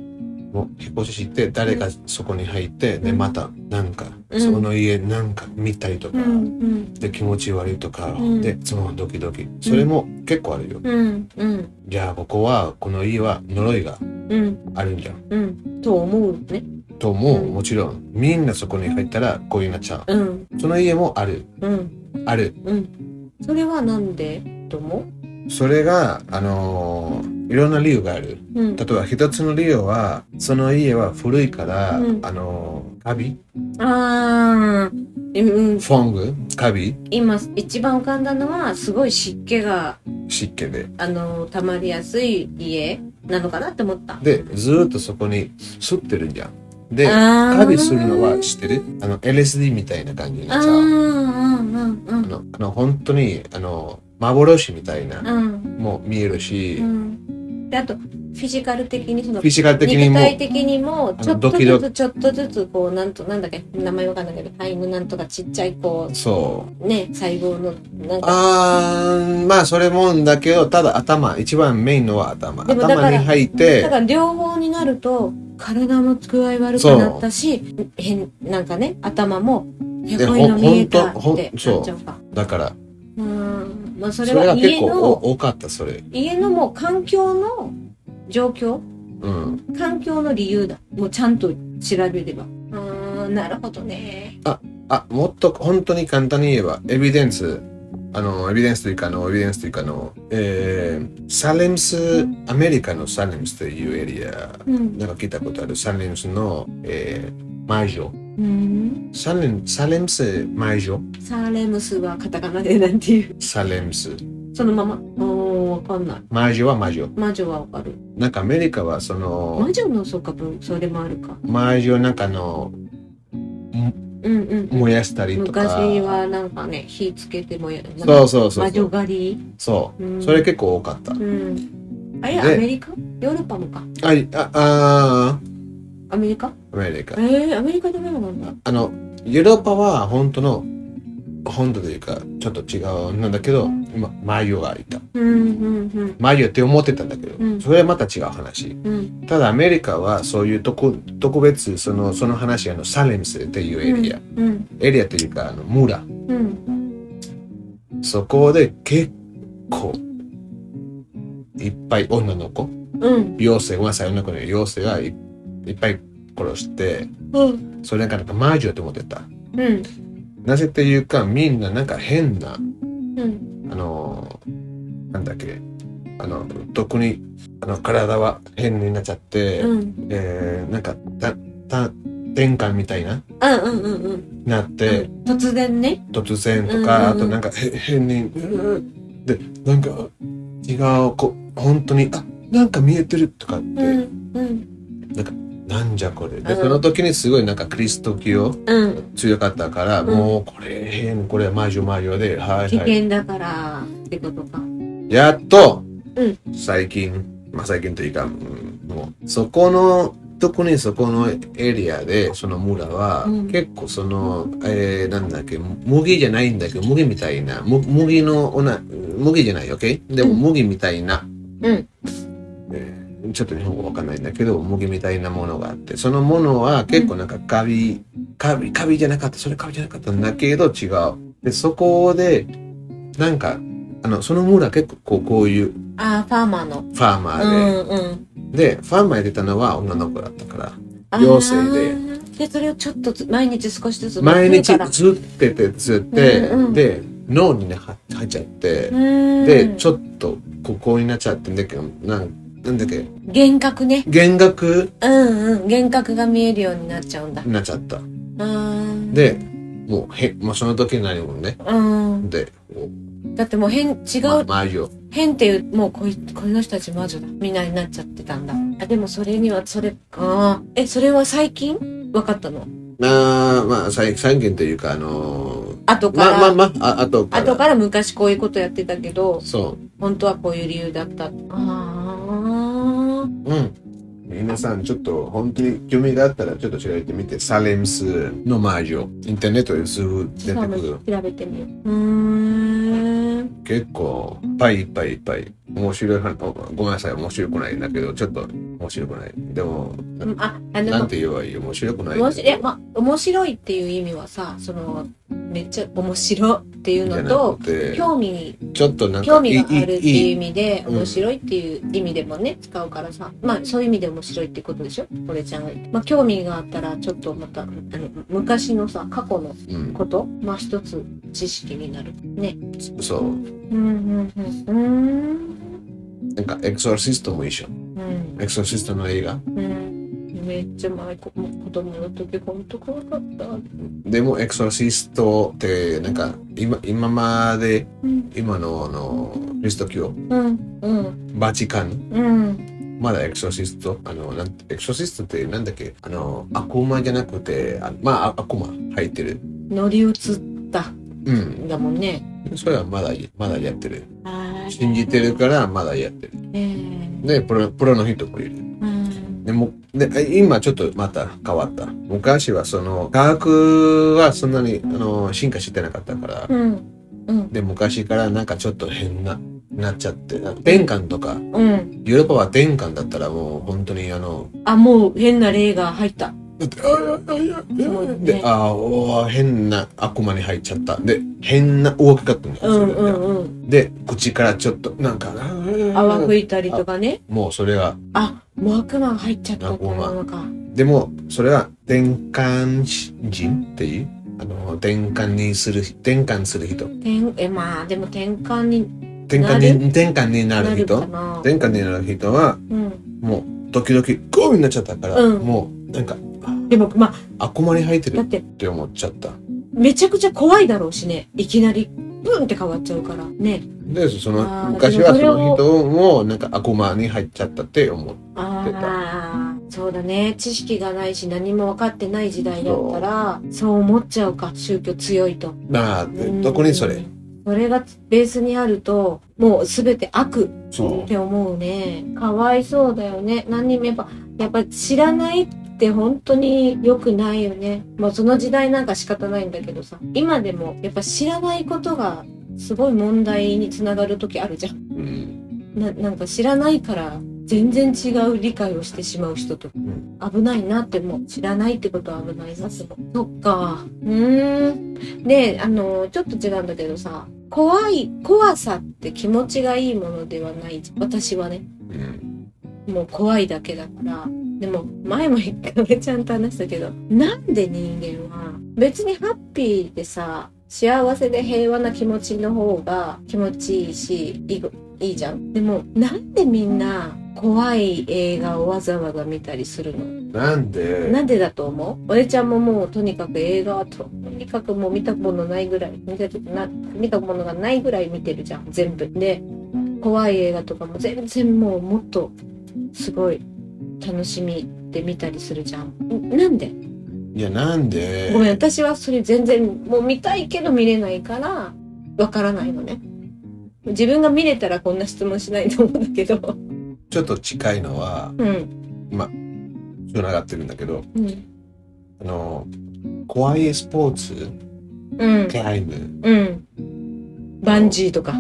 Speaker 3: もう引っ越しして、誰かそこに入って、で、また、なんか、
Speaker 1: うん
Speaker 3: その家なんか見たりとか、
Speaker 1: うん
Speaker 3: で、気持ち悪いとか、
Speaker 1: うん
Speaker 3: で、そのドキドキ。それも結構ある
Speaker 1: う
Speaker 3: よ。
Speaker 1: んうんうん
Speaker 3: じゃあ、ここは、この家は呪いが
Speaker 1: うん
Speaker 3: あるんじゃん。
Speaker 1: うんと思うね
Speaker 3: とも、
Speaker 1: うん
Speaker 3: もちろんみんなそこに入ったらこういうなっちゃ
Speaker 1: うん
Speaker 3: うその家もある
Speaker 1: うん
Speaker 3: ある
Speaker 1: うんそれはなんでと思
Speaker 3: それがあのーいろんな理由がある
Speaker 1: ううん
Speaker 3: 例えば一つの理由はその家は古いから、
Speaker 1: うん
Speaker 3: あのーカビ
Speaker 1: あーうん
Speaker 3: フォングカビ
Speaker 1: 今一番浮かんだのはすごい湿気が
Speaker 3: 湿気で
Speaker 1: あの溜まりやすい家なのかなって思った
Speaker 3: でずーっとそこに吸ってるじゃんでカ
Speaker 1: カ
Speaker 3: ビするのは知ってるあの LSD みたいな感じに
Speaker 1: あ
Speaker 3: な
Speaker 1: ー
Speaker 3: っちゃう
Speaker 1: うんうんう
Speaker 3: あ
Speaker 1: ん
Speaker 3: のあの本当にあの幻みたいな、
Speaker 1: うん
Speaker 3: もう見えるし、
Speaker 1: う
Speaker 3: フ
Speaker 1: んであとフィジカル的にその
Speaker 3: ィジカル的に
Speaker 1: 肉
Speaker 3: も
Speaker 1: 体的にも
Speaker 3: あの
Speaker 1: ちょっと
Speaker 3: ドキド
Speaker 1: ずつちょっとずつこうなんとなんだっけ名前わかんないけど肺のなんとかちっちゃいこ
Speaker 3: そう
Speaker 1: うね細胞のなんか
Speaker 3: あーまあそれもんだけどただ頭一番メインのは頭
Speaker 1: でもだから
Speaker 3: 頭に入っ
Speaker 1: だ
Speaker 3: て
Speaker 1: から両方になると体も具合悪くなったし変なんかね頭もへこいの見えた
Speaker 3: でほ
Speaker 1: っ
Speaker 3: ん
Speaker 1: て
Speaker 3: ほん
Speaker 1: なっちゃうか
Speaker 3: だから
Speaker 1: うんまあそ
Speaker 3: そ
Speaker 1: れ
Speaker 3: れ
Speaker 1: は
Speaker 3: が結
Speaker 1: 家
Speaker 3: 構
Speaker 1: の
Speaker 3: お多かったそれ
Speaker 1: 家のもう環境の状況
Speaker 3: うん
Speaker 1: 環境の理由だもうちゃんと調べればうんなるほどね
Speaker 3: あもっと本当に簡単に言えばエビデンスあのエビデンスというかあのエビデンスというかあのえー、サレムスアメリカのサレムスというエリア
Speaker 1: うん
Speaker 3: なんか聞いたことあるサレムスのえー、マイジョ
Speaker 1: うん
Speaker 3: サレムサレムスマイジョ
Speaker 1: サーレムスはカタカナでなんていう
Speaker 3: サレムス
Speaker 1: そのまま。おー、わかんない。
Speaker 3: マイジョはマイジョ
Speaker 1: 魔女はわかる。
Speaker 3: なんかアメリカはその
Speaker 1: 魔女のそうか分、それもあるか。
Speaker 3: 周りをなんかあの
Speaker 1: うんうん。
Speaker 3: 燃やしたりとか
Speaker 1: 昔はなんかね、火つけてもや、なん
Speaker 3: そ
Speaker 1: か
Speaker 3: うそうそ
Speaker 1: 魔
Speaker 3: うそ
Speaker 1: 女
Speaker 3: う
Speaker 1: 狩り。
Speaker 3: そううんそれ結構多かった
Speaker 1: うん。あれ、
Speaker 3: で
Speaker 1: アメリカヨーロッパもか。
Speaker 3: あいああ
Speaker 1: アメリカ
Speaker 3: ーアメリカ
Speaker 1: えー、アメリカでメロなんだ。
Speaker 3: あのヨーロッパは本当の本当というかちょっと違うなんだけど今マリオがいた
Speaker 1: うんうん
Speaker 3: マリオって思ってたんだけど、
Speaker 1: うん
Speaker 3: それはまた違う話
Speaker 1: うん。うん
Speaker 3: ただアメリカはそういうとこ特別そのその話あのサレムスっていうエリア、
Speaker 1: うん
Speaker 3: エリアというかあの村
Speaker 1: うん。
Speaker 3: そこで結構いっぱい女の子
Speaker 1: うん。
Speaker 3: 妖精5歳の子の妖精がいいっぱい殺して
Speaker 1: うん。
Speaker 3: それなんかなんか魔女と思ってた
Speaker 1: うん。
Speaker 3: なぜというか、みんななんか変な、
Speaker 1: うん。
Speaker 3: あのー、なんだっけ、あの、特に、あの、体は変になっちゃって、
Speaker 1: うん。
Speaker 3: えー、なんか、た、た、転換みたいな、
Speaker 1: うんうんうんうん。
Speaker 3: なって、
Speaker 1: 突然ね。
Speaker 3: 突然とか、
Speaker 1: うんうんうん
Speaker 3: あとなんかへ変に、うーで、なんか違う、こ本当に、あ、なんか見えてるとかって、
Speaker 1: うん。うん。
Speaker 3: なんじゃこれ。で、
Speaker 1: うん
Speaker 3: その時にすごいなんかクリスト教
Speaker 1: うん。
Speaker 3: 強かったから、
Speaker 1: ん
Speaker 3: もうこれ変、これ魔女魔女で、はい
Speaker 1: 危
Speaker 3: はい。
Speaker 1: 険だから、ってことか。
Speaker 3: やっと、
Speaker 1: う
Speaker 3: 最近、まあ最近というか、うんもう、そこの、特にそこのエリアで、その村は、
Speaker 1: うん
Speaker 3: 結構その、えー、なんだっけ、麦じゃないんだけど、麦みたいな、む麦のおな、麦じゃないよ、OK? でも
Speaker 1: うん
Speaker 3: 麦みたいな、
Speaker 1: うん。
Speaker 3: えーちょっと日本語わかんないんだけど、麦みたいなものがあって、そのものは結構なんかカビ、カビ、カビじゃなかった、それカビじゃなかったんだけど違う。で、そこで、なんか、あの、その村結構こういうフ
Speaker 1: ああ、ファーマーの。
Speaker 3: ァーマ
Speaker 1: う
Speaker 3: ー
Speaker 1: んうん。
Speaker 3: で、で、ファーマー入れたのは女の子だったから、
Speaker 1: あー
Speaker 3: 妖
Speaker 1: で、それをちょっとず毎日少しずつ。
Speaker 3: 毎
Speaker 1: 増
Speaker 3: 日
Speaker 1: えたら
Speaker 3: ずっててずって、
Speaker 1: うんうん
Speaker 3: で、脳にね、は入っちゃって、
Speaker 1: うん。
Speaker 3: で、ちょっとここになっちゃってんだけど、なんなんだっけ、
Speaker 1: 幻覚ね。
Speaker 3: 幻覚
Speaker 1: うんうん。幻覚が見えるようになっちゃうんだ。
Speaker 3: になっちゃった。
Speaker 1: うん。
Speaker 3: で、もうへ、まあ、その時何もね、
Speaker 1: うん。
Speaker 3: で、こ
Speaker 1: だってもう変、違
Speaker 3: う、ま、
Speaker 1: う、
Speaker 3: 魔女。
Speaker 1: 変っていう、もうこい、この人たち魔女だ。みんなになっちゃってたんだ。あ、でもそれには、それ、ああ。え、それは最近わかったの
Speaker 3: まあ、まあ、再再現というか、あのー
Speaker 1: 後か
Speaker 3: ま
Speaker 1: ら。
Speaker 3: あまあまあ、あとから。
Speaker 1: 後から昔こういうことやってたけど、
Speaker 3: そ
Speaker 1: 本当はこういう理由だった。ああ。
Speaker 3: う。うん。皆さん、ちょっと、本当に興味があったら、ちょっと調べてみて、サレムスの魔女。インターネットですぐ出て
Speaker 1: 今
Speaker 3: く
Speaker 1: の
Speaker 3: る。
Speaker 1: 調べてみよう。うーん。
Speaker 3: 結構、いっぱいいっぱいいっぱい。面白い話、ごごめんなさい、面白くないんだけど、ちょっと、面白くない。でも、な
Speaker 1: うんあ、あの、
Speaker 3: な
Speaker 1: ま
Speaker 3: んて言えばいい面白くない。
Speaker 1: 面白いいや、まあ、面白いっていう意味はさ、その、めっちゃ面白ってい
Speaker 3: じ
Speaker 1: う
Speaker 3: ゃ
Speaker 1: の
Speaker 3: な
Speaker 1: と
Speaker 3: く、て、
Speaker 1: 興味
Speaker 3: ちょっとなんか、
Speaker 1: 興味があるってい
Speaker 3: いい
Speaker 1: う
Speaker 3: い
Speaker 1: 意
Speaker 3: い
Speaker 1: 味で
Speaker 3: うん
Speaker 1: 面白いっていう意味でもね使うからさまあそういう意味で面白いってことでしょこれちゃんが言ってまあ興味があったらちょっとまたあの昔のさ過去の
Speaker 3: うん、
Speaker 1: ことまあ一つ知識になるね
Speaker 3: そう。
Speaker 1: うんうんうん
Speaker 3: なんか、エクソシストも一緒。
Speaker 1: うーん
Speaker 3: エクソシストの映画。
Speaker 1: うんうんめっちゃ前子子供の時ほんと怖かった
Speaker 3: でも、エクソシストって、なんか、今、今まで、
Speaker 1: うん
Speaker 3: 今の、あの、キリスト教、
Speaker 1: うんうん
Speaker 3: バチカン、
Speaker 1: うん
Speaker 3: まだエクソシスト、あの、なんエクソシストってなんだっけ、あの、悪魔じゃなくて、あまあ、あ悪魔入ってる。
Speaker 1: 乗り移った
Speaker 3: うん。
Speaker 1: んだもんね
Speaker 3: それはまだ、まだやってる。
Speaker 1: あー
Speaker 3: 信じてるから、まだやってる。
Speaker 1: えー
Speaker 3: で、プロ、プロの人もいる。
Speaker 1: うん
Speaker 3: でもで今ちょっとまた変わった昔はその科学はそんなにあの進化してなかったから
Speaker 1: うんうん
Speaker 3: で昔からなんかちょっと変ななっちゃって転換とか
Speaker 1: うん
Speaker 3: ヨーロッパは転換だったらもう本当にあの
Speaker 1: あ、もう変な霊が入った。
Speaker 3: だってあいやいやい
Speaker 1: そう
Speaker 3: や
Speaker 1: だね
Speaker 3: であおー変な悪魔に入っちゃったで変な大きかったの
Speaker 1: う
Speaker 3: そ
Speaker 1: ん
Speaker 3: れが
Speaker 1: うんうん。
Speaker 3: で口からちょっとなんか
Speaker 1: 泡吹いたりとかね。
Speaker 3: もうそれは
Speaker 1: あ、もう悪魔が入っちゃったってのか。
Speaker 3: でも、それは転換人っていう、あの、転換にする、転換する人。
Speaker 1: 転え、まあ、でも転換に
Speaker 3: 転換
Speaker 1: な
Speaker 3: に、転換にな
Speaker 1: な
Speaker 3: る
Speaker 1: る
Speaker 3: 人
Speaker 1: か。な。
Speaker 3: 転換になる人は、
Speaker 1: うん。
Speaker 3: もう、時々、こうになっちゃったから、
Speaker 1: うん
Speaker 3: もう、なんか、
Speaker 1: でも、まあ、
Speaker 3: あ、こまり入ってる
Speaker 1: だ
Speaker 3: っ
Speaker 1: って、
Speaker 3: て思っちゃった。
Speaker 1: めちゃくちゃ怖いだろうしね。いきなり、ブンって変わっちゃうから。ね。
Speaker 3: で、そ
Speaker 1: あ
Speaker 3: の、
Speaker 1: ー
Speaker 3: 昔はそ
Speaker 1: でもそれ
Speaker 3: の
Speaker 1: を
Speaker 3: 人も、なんか、あこまに入っちゃったって思う。
Speaker 1: ああ、そうだね。知識がないし、何も分かってない時代だったら、そう思っちゃうか。宗教強いと。
Speaker 3: なあ、
Speaker 1: うん
Speaker 3: どこにそれ。
Speaker 1: それがベースにあると、もうすべて悪
Speaker 3: そう
Speaker 1: って思うね。かわいそうだよね。何にもやっぱ、やっぱ知らないって本当に良くないよね。もうその時代なんか仕方ないんだけどさ。今でもやっぱ知らないことがすごい問題につながる時あるじゃん。
Speaker 3: うん。
Speaker 1: ななんか知らないから全然違う理解をしてしまう人とか
Speaker 3: ん
Speaker 1: 危ないなってもう知らないってことは危ないなってもそっかうーんであのちょっと違うんだけどさ怖い怖さって気持ちがいいものではない私はね
Speaker 3: うん。
Speaker 1: もう怖いだけだからでも前も一回ちゃんと話したけどなんで人間は別にハッピーでさ、幸せで平和な気持ちの方が気持ちいいし、いいごいいじゃん。でも、なんでみんな怖い映画をわざわざ見たりするの
Speaker 3: なんで
Speaker 1: なんでだと思う俺ちゃんももうとにかく映画はとにかくもう見たものないぐらい、見たとな、見たものがないぐらい見てるじゃん、全部。で、怖い映画とかも全然もうもっとすごい楽しみで見たりするじゃん。んなんで
Speaker 3: いやなんで
Speaker 1: ごめん、私はそれ全然もう見たいけど見れないから、わからないのね。自分が見れたらこんな質問しないと思うんだけど。
Speaker 3: ちょっと近いのは
Speaker 1: うん。
Speaker 3: つながってるんだけど
Speaker 1: うん。
Speaker 3: あの怖いスポーツ
Speaker 1: うん
Speaker 3: ク。ライム
Speaker 1: うん。バンジーとか。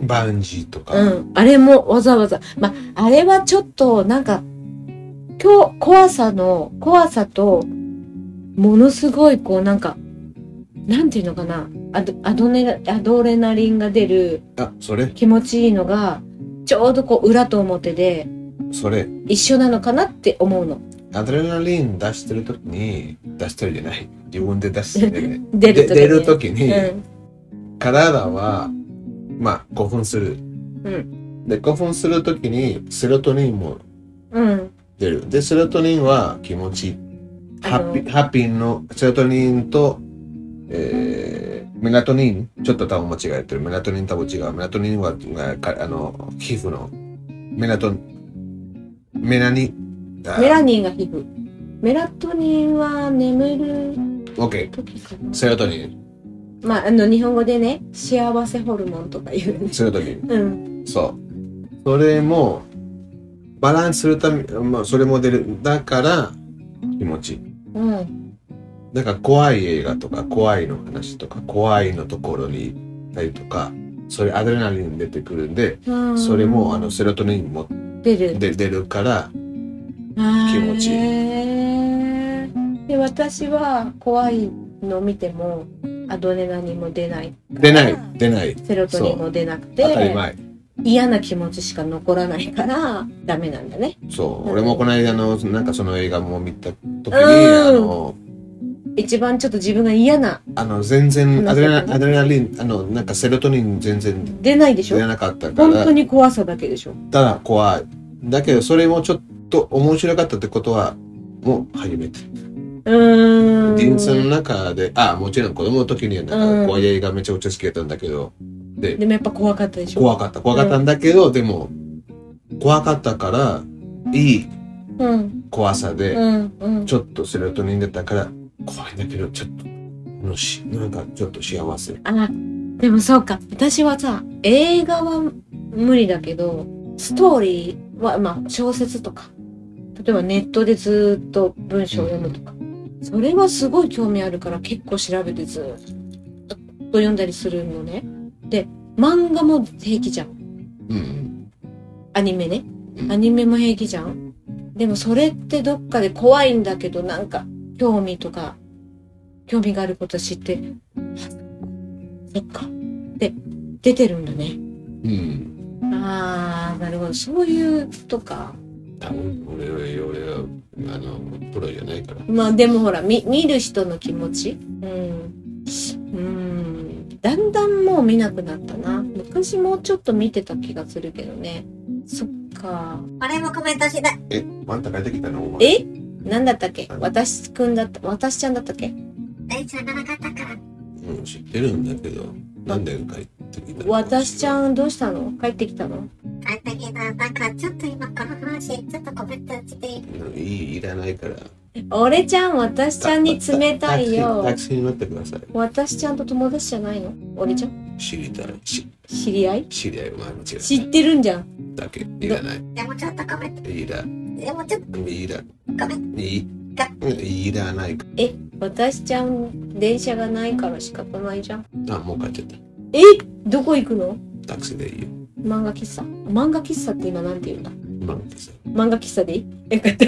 Speaker 3: バンジーとか、
Speaker 1: うん。あれもわざわざ。ま、あれはちょっとなんか、今日、怖さの、怖さと、ものすごいこうなんか、なんていうのかな。アドアドネアドレナリンが出る
Speaker 3: あそれ
Speaker 1: 気持ちいいのが、ちょうどこう裏と表で、
Speaker 3: それ
Speaker 1: 一緒なのかなって思うの。、
Speaker 3: アドレナリン出してる時に出してるじゃない自分で出してる、ね
Speaker 1: 出る時に
Speaker 3: で出る時に、
Speaker 1: うん。
Speaker 3: 体はまあ興奮する、で興奮する時にセロトニンも
Speaker 1: うん。
Speaker 3: 出るでセロトニンは気持ちいいハ
Speaker 1: あの
Speaker 3: ッピーハッピーのセロトニンと、えーメラトニンちょっと多分間違えてるメラトニン多分違うメラトニンはがかあの皮膚のメラトンメラニンあ
Speaker 1: メラニンが皮膚。メラトニンは眠る
Speaker 3: OK
Speaker 1: 時かな。
Speaker 3: セロトニン
Speaker 1: まあ、あの、日本語でね、幸せホルモンとか言うよね。
Speaker 3: セロトニン
Speaker 1: うん。
Speaker 3: そう。それも、バランスするため、まあ、それも出る。だから、気持ちいい。
Speaker 1: うん。
Speaker 3: だから、怖い映画とか、怖いの話とか、怖いのところに行ったりとか、それアドレナリン出てくるんで、
Speaker 1: うん、
Speaker 3: それも、あの、、セロトニンも
Speaker 1: 出る。
Speaker 3: 出出るから、
Speaker 1: 気
Speaker 3: 持ちいい
Speaker 1: で、私は怖いの見ても、アドレナリンも出ない。
Speaker 3: 出ない、出ない。
Speaker 1: セロトニンも出なく
Speaker 3: 当たり
Speaker 1: て、
Speaker 3: 前。
Speaker 1: 嫌な気持ちしか残らないから、ダメなんだね。
Speaker 3: そうう。
Speaker 1: ん
Speaker 3: 俺もこの間の、なんかその映画も見た時に、
Speaker 1: ん
Speaker 3: あの、
Speaker 1: 一番ちょっと自分が嫌な、
Speaker 3: あの、全然アドレナ
Speaker 1: 話せたね
Speaker 3: アドレナリン、あの、なんかセロトニン全然
Speaker 1: 出ないでしょ
Speaker 3: 出なかったから、
Speaker 1: 本当に怖さだけでしょ。
Speaker 3: ただ怖い。だけど、それもちょっと面白かったってことは、もう初めて。
Speaker 1: うーん。
Speaker 3: 人生の中で、あ、もちろん子供の時にはなん
Speaker 1: うん
Speaker 3: か怖い映画めちゃくちゃ好きだったんだけど、
Speaker 1: でもやっぱ怖かったでしょ。
Speaker 3: 怖かった。怖かったんだけど、でも、怖かったから、いい
Speaker 1: うん。
Speaker 3: 怖さで、
Speaker 1: うん。うん。
Speaker 3: ちょっとセロトニン出たから、怖いんだけど、ちょっと、楽しいなんかちょっと幸せ。
Speaker 1: あ、でもそうか。私はさ、映画は無理だけど、ストーリーは、まあ小説とか、例えばネットでずーっと文章を読むとか、それはすごい興味あるから結構調べてずーっと読んだりするのね。で、漫画も平気じゃん。
Speaker 3: うん。
Speaker 1: アニメね
Speaker 3: う。ん
Speaker 1: アニメも平気じゃん。でもそれってどっかで怖いんだけど、なんか、興味とか、興味があること知って、あそっか。で、出てるんだね。
Speaker 3: うん。
Speaker 1: あー、なるほど。そういうとか。
Speaker 3: 多分、俺は、俺は、あの、プロじゃないから。
Speaker 1: まあでもほら、見、見る人の気持ち。うん。うん。だんだんもう見なくなったな。昔もうちょっと見てた気がするけどね。そっか。
Speaker 2: 俺もコメントしない。
Speaker 3: え、あんた帰ってきたのお前。
Speaker 1: えなんだったっけ私くんだった、私ちゃんだったっけ
Speaker 2: 大丈夫なかったから。
Speaker 3: うん、知ってるんだけど、なんで帰ってきたの
Speaker 1: 私ちゃんどうしたの帰ってきたの
Speaker 2: あだけど、なんかちょっと今この話、ちょっとコメントしていい
Speaker 3: うんいい、いらないから。
Speaker 1: 俺ちゃん、私ちゃんに冷たいよ
Speaker 3: タ。クシータクシーに乗ってください。
Speaker 1: 私ちゃんと友達じゃないの俺ちゃん
Speaker 3: 知りたい。し
Speaker 1: 知り合い
Speaker 3: 知り合い、お前間違えた
Speaker 1: 知ってるんじゃん。
Speaker 3: だけ。いらない。
Speaker 2: でもちょっとコメン
Speaker 3: いら、
Speaker 2: ト、でもちょっと
Speaker 3: いら、
Speaker 2: コメン
Speaker 3: い
Speaker 2: だ
Speaker 3: いらない。
Speaker 1: え、私ちゃん、電車がないから仕方ないじゃん。
Speaker 3: あ、もう帰っちゃっ
Speaker 1: えどこ行くの
Speaker 3: た。タクシーでいいよ。
Speaker 1: 漫画喫茶。漫画喫茶って今なんて言うんだ
Speaker 3: なんてさ。
Speaker 1: 漫画喫茶でいいえ、かった。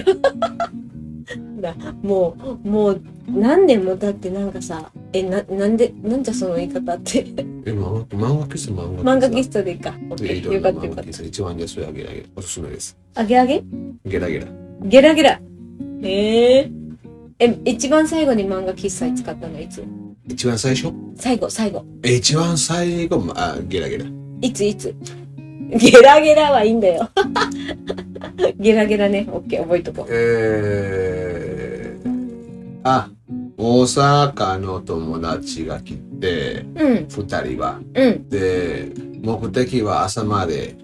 Speaker 1: だもう、もう、何年も経ってなんかさ、え、な、なんで、なんじゃその言い方って。
Speaker 3: え、漫画漫画喫茶、漫画
Speaker 1: 漫画
Speaker 3: 喫
Speaker 1: 喫茶でいいか。オッ
Speaker 3: 茶。
Speaker 1: ケ
Speaker 3: いい
Speaker 1: ー
Speaker 3: と
Speaker 1: よ
Speaker 3: 思
Speaker 1: か
Speaker 3: う
Speaker 1: ったよかっ
Speaker 3: 漫画喫茶一番じゃそれあげらげるおすすめです。
Speaker 1: た。あげあげ
Speaker 3: ゲラゲラ。
Speaker 1: ゲラゲラ。えええ、一番最後に漫画喫茶に使ったのいつ
Speaker 3: 一番最初
Speaker 1: 最後、最後。
Speaker 3: え一番最後、まあ、ゲラゲラ。
Speaker 1: いついつゲラゲラはいいんだよ。 ゲラゲラね。オッケー、覚えとこう。
Speaker 3: えー、あ、大阪の友達が来て、
Speaker 1: うん、
Speaker 3: 二人は。
Speaker 1: うん、
Speaker 3: で、目的は朝まで、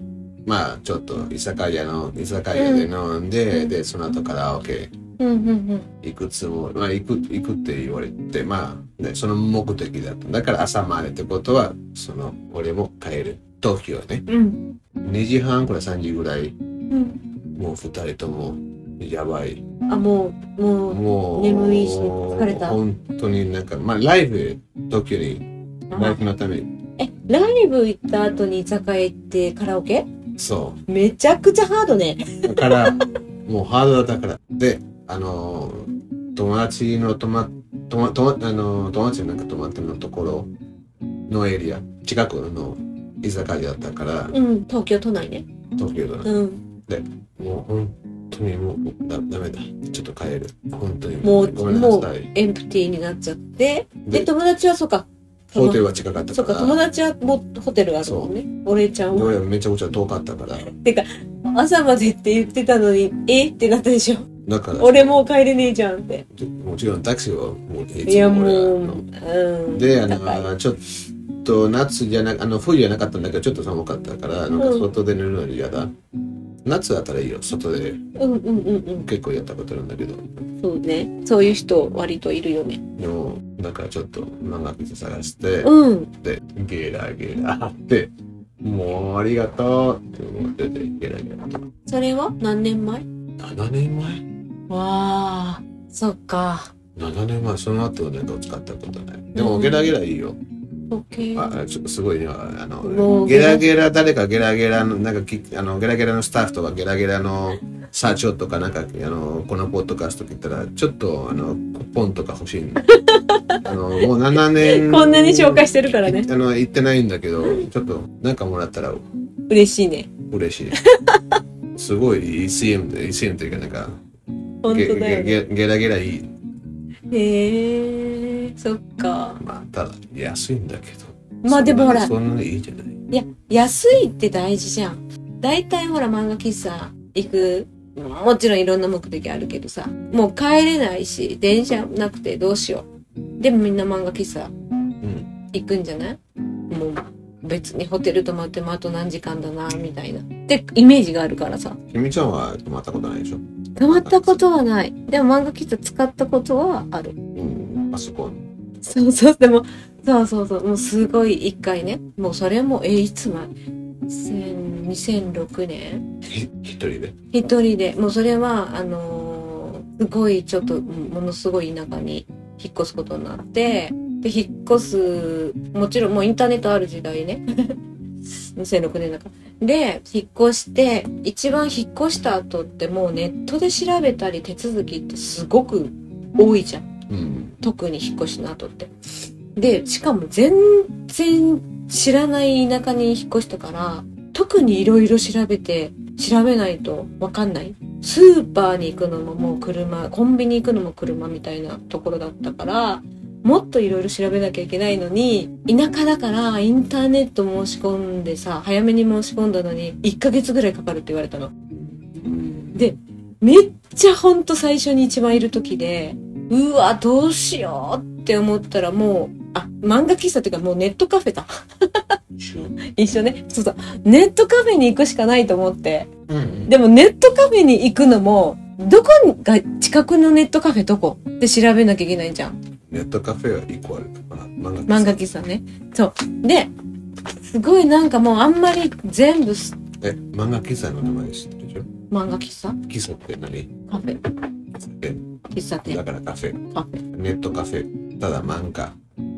Speaker 3: まあ、ちょっと居酒屋の、居酒屋で飲んで、
Speaker 1: うん
Speaker 3: で、その後カラオケ
Speaker 1: うん、うん、
Speaker 3: 行くつもり、まあ、行く、行くって言われて、まあ、ね、その目的だった。だから朝までってことは、その、俺も帰る。東京ね。
Speaker 1: うん、うん、
Speaker 3: 2時半から3時ぐらい、
Speaker 1: うん。
Speaker 3: もう二人とも、やばい。
Speaker 1: あ、もう、もう、
Speaker 3: もう、
Speaker 1: 眠いし疲れた
Speaker 3: 本当になんか、まあ、ライブ、東京に、ライブのために、
Speaker 1: え、ライブ行った後に居酒屋行ってカラオケ
Speaker 3: そう。
Speaker 1: めちゃくちゃハードね。
Speaker 3: だから、もうハードだったから。で、あのー、友達の泊ま、泊ま、泊ま、あのー、友達のなんか泊まってるのところのエリア、近くの居酒屋だったから、
Speaker 1: うん、東京都内ね。
Speaker 3: 東京だな。
Speaker 1: うん。
Speaker 3: もう本当にもう、だ、だめだ。ちょっと帰る。本当に。
Speaker 1: もう
Speaker 3: ごめんなさい。
Speaker 1: エンプティーになっちゃって。で、
Speaker 3: で、
Speaker 1: 友達はそうか。
Speaker 3: ホテルは近かった
Speaker 1: そ
Speaker 3: か。
Speaker 1: うから友達はもうホテルあるもんね。俺ちゃん
Speaker 3: で
Speaker 1: は
Speaker 3: 俺はめちゃくちゃ遠かったから。
Speaker 1: 朝までって言ってたのに、えってなったでしょ。
Speaker 3: だから、
Speaker 1: 俺もう帰れねえじゃんって。
Speaker 3: もちろんタクシーはもうい
Speaker 1: いや
Speaker 3: つも
Speaker 1: もう、
Speaker 3: 俺は
Speaker 1: う
Speaker 3: あの
Speaker 1: ん。
Speaker 3: で、あ
Speaker 1: 高い
Speaker 3: の、ちょっと夏じゃなく、あの、冬じゃなかったんだけど、ちょっと寒かったから、なんか
Speaker 1: うん
Speaker 3: 外で寝るのに嫌だ。夏だったらいいよ、外で
Speaker 1: うんうんうんうん。
Speaker 3: 結構やったことあるんだけど、
Speaker 1: そうね。そういう人割といるよね。
Speaker 3: でも、なんかちょっと漫画喫茶探して、
Speaker 1: うん。
Speaker 3: で、ゲラゲラって、もうありがとうって思ってて、ゲラゲラ。
Speaker 1: それは何年前
Speaker 3: 7年前
Speaker 1: わあ、そっか。
Speaker 3: ?7 年前、その後なんか使ったことない。で
Speaker 1: う
Speaker 3: も、
Speaker 1: ん
Speaker 3: ゲラゲラいいよ。
Speaker 1: 時計。
Speaker 3: あちょっとすごいねあ
Speaker 1: も
Speaker 3: の
Speaker 1: う
Speaker 3: ゲラゲラ誰かゲラゲラのなんかきあのゲラゲラのスタッフとかゲラゲラの社長とかなんかあのこのポッドキャスト聞いたらちょっとあのクッポンとか欲し いのあのもう7年
Speaker 1: こんなに紹介してるからね。
Speaker 3: あの行ってないんだけどちょっとなんかもらったら
Speaker 1: 嬉しいね。
Speaker 3: 嬉しい すごい ECM で ECM というかなんか
Speaker 1: 本
Speaker 3: ゲ
Speaker 1: 当だよね。
Speaker 3: ゲゲゲラゲラいい
Speaker 1: へえ、そっか。
Speaker 3: まあただ安いんだけど
Speaker 1: まあでもほら、
Speaker 3: そんなにいいじゃない
Speaker 1: いや、安いって大事じゃん。大体ほら漫画喫茶行く、もちろんいろんな目的あるけどさ、もう帰れないし、電車なくてどうしよう。でもみんな漫画喫茶
Speaker 3: うん
Speaker 1: 行くんじゃないもう別にホテル泊まってもあと何時間だな、みたいな。ってイメージがあるからさ。
Speaker 3: 君ちゃんは泊まったことないでしょ
Speaker 1: 泊まったことはない。でも漫画喫茶使ったことはある。
Speaker 3: うんパソコン
Speaker 1: そうそう、でも、そうそうそう、もうすごい一回ね、もうそれも、え、いつ前千 ?2006 年
Speaker 3: ひ一人で
Speaker 1: 一人で、もうそれは、あのーすごいちょっと、うんものすごい田舎に引っ越すことになって、で、引っ越す、もちろんもうインターネットある時代ね。2006年だから。で、引っ越して、一番引っ越した後ってもうネットで調べたり手続きってすごく多いじゃん。
Speaker 3: うん
Speaker 1: 特に引っ越しの後って。で、しかも全然知らない田舎に引っ越したから、特にいろいろ調べて、調べないとわかんない。スーパーに行くのももう車、コンビニ行くのも車みたいなところだったから、もっといろいろ調べなきゃいけないのに、田舎だからインターネット申し込んでさ、早めに申し込んだのに、1ヶ月ぐらいかかるって言われたの。で、めっちゃほんと最初に一番いる時で、うわ、どうしようって思ったらもう、あ、漫画喫茶っていうかもうネットカフェだ。一緒ね。そうそう。ネットカフェに行くしかないと思って。
Speaker 3: うん
Speaker 1: でもネットカフェに行くのも、どこが、近くのネットカフェどこって調べなきゃいけないじゃん。
Speaker 3: ネットカフェはイコールかな漫画
Speaker 1: 漫画喫茶ね。そう。で、すごいなんかもうあんまり全部す
Speaker 3: え漫画喫茶の名前知ってるでしょ
Speaker 1: 漫画喫茶
Speaker 3: 喫茶って何
Speaker 1: カフェ喫茶
Speaker 3: えだ
Speaker 1: 店
Speaker 3: からカフェ
Speaker 1: カフェ。
Speaker 3: ネットカフェただ漫画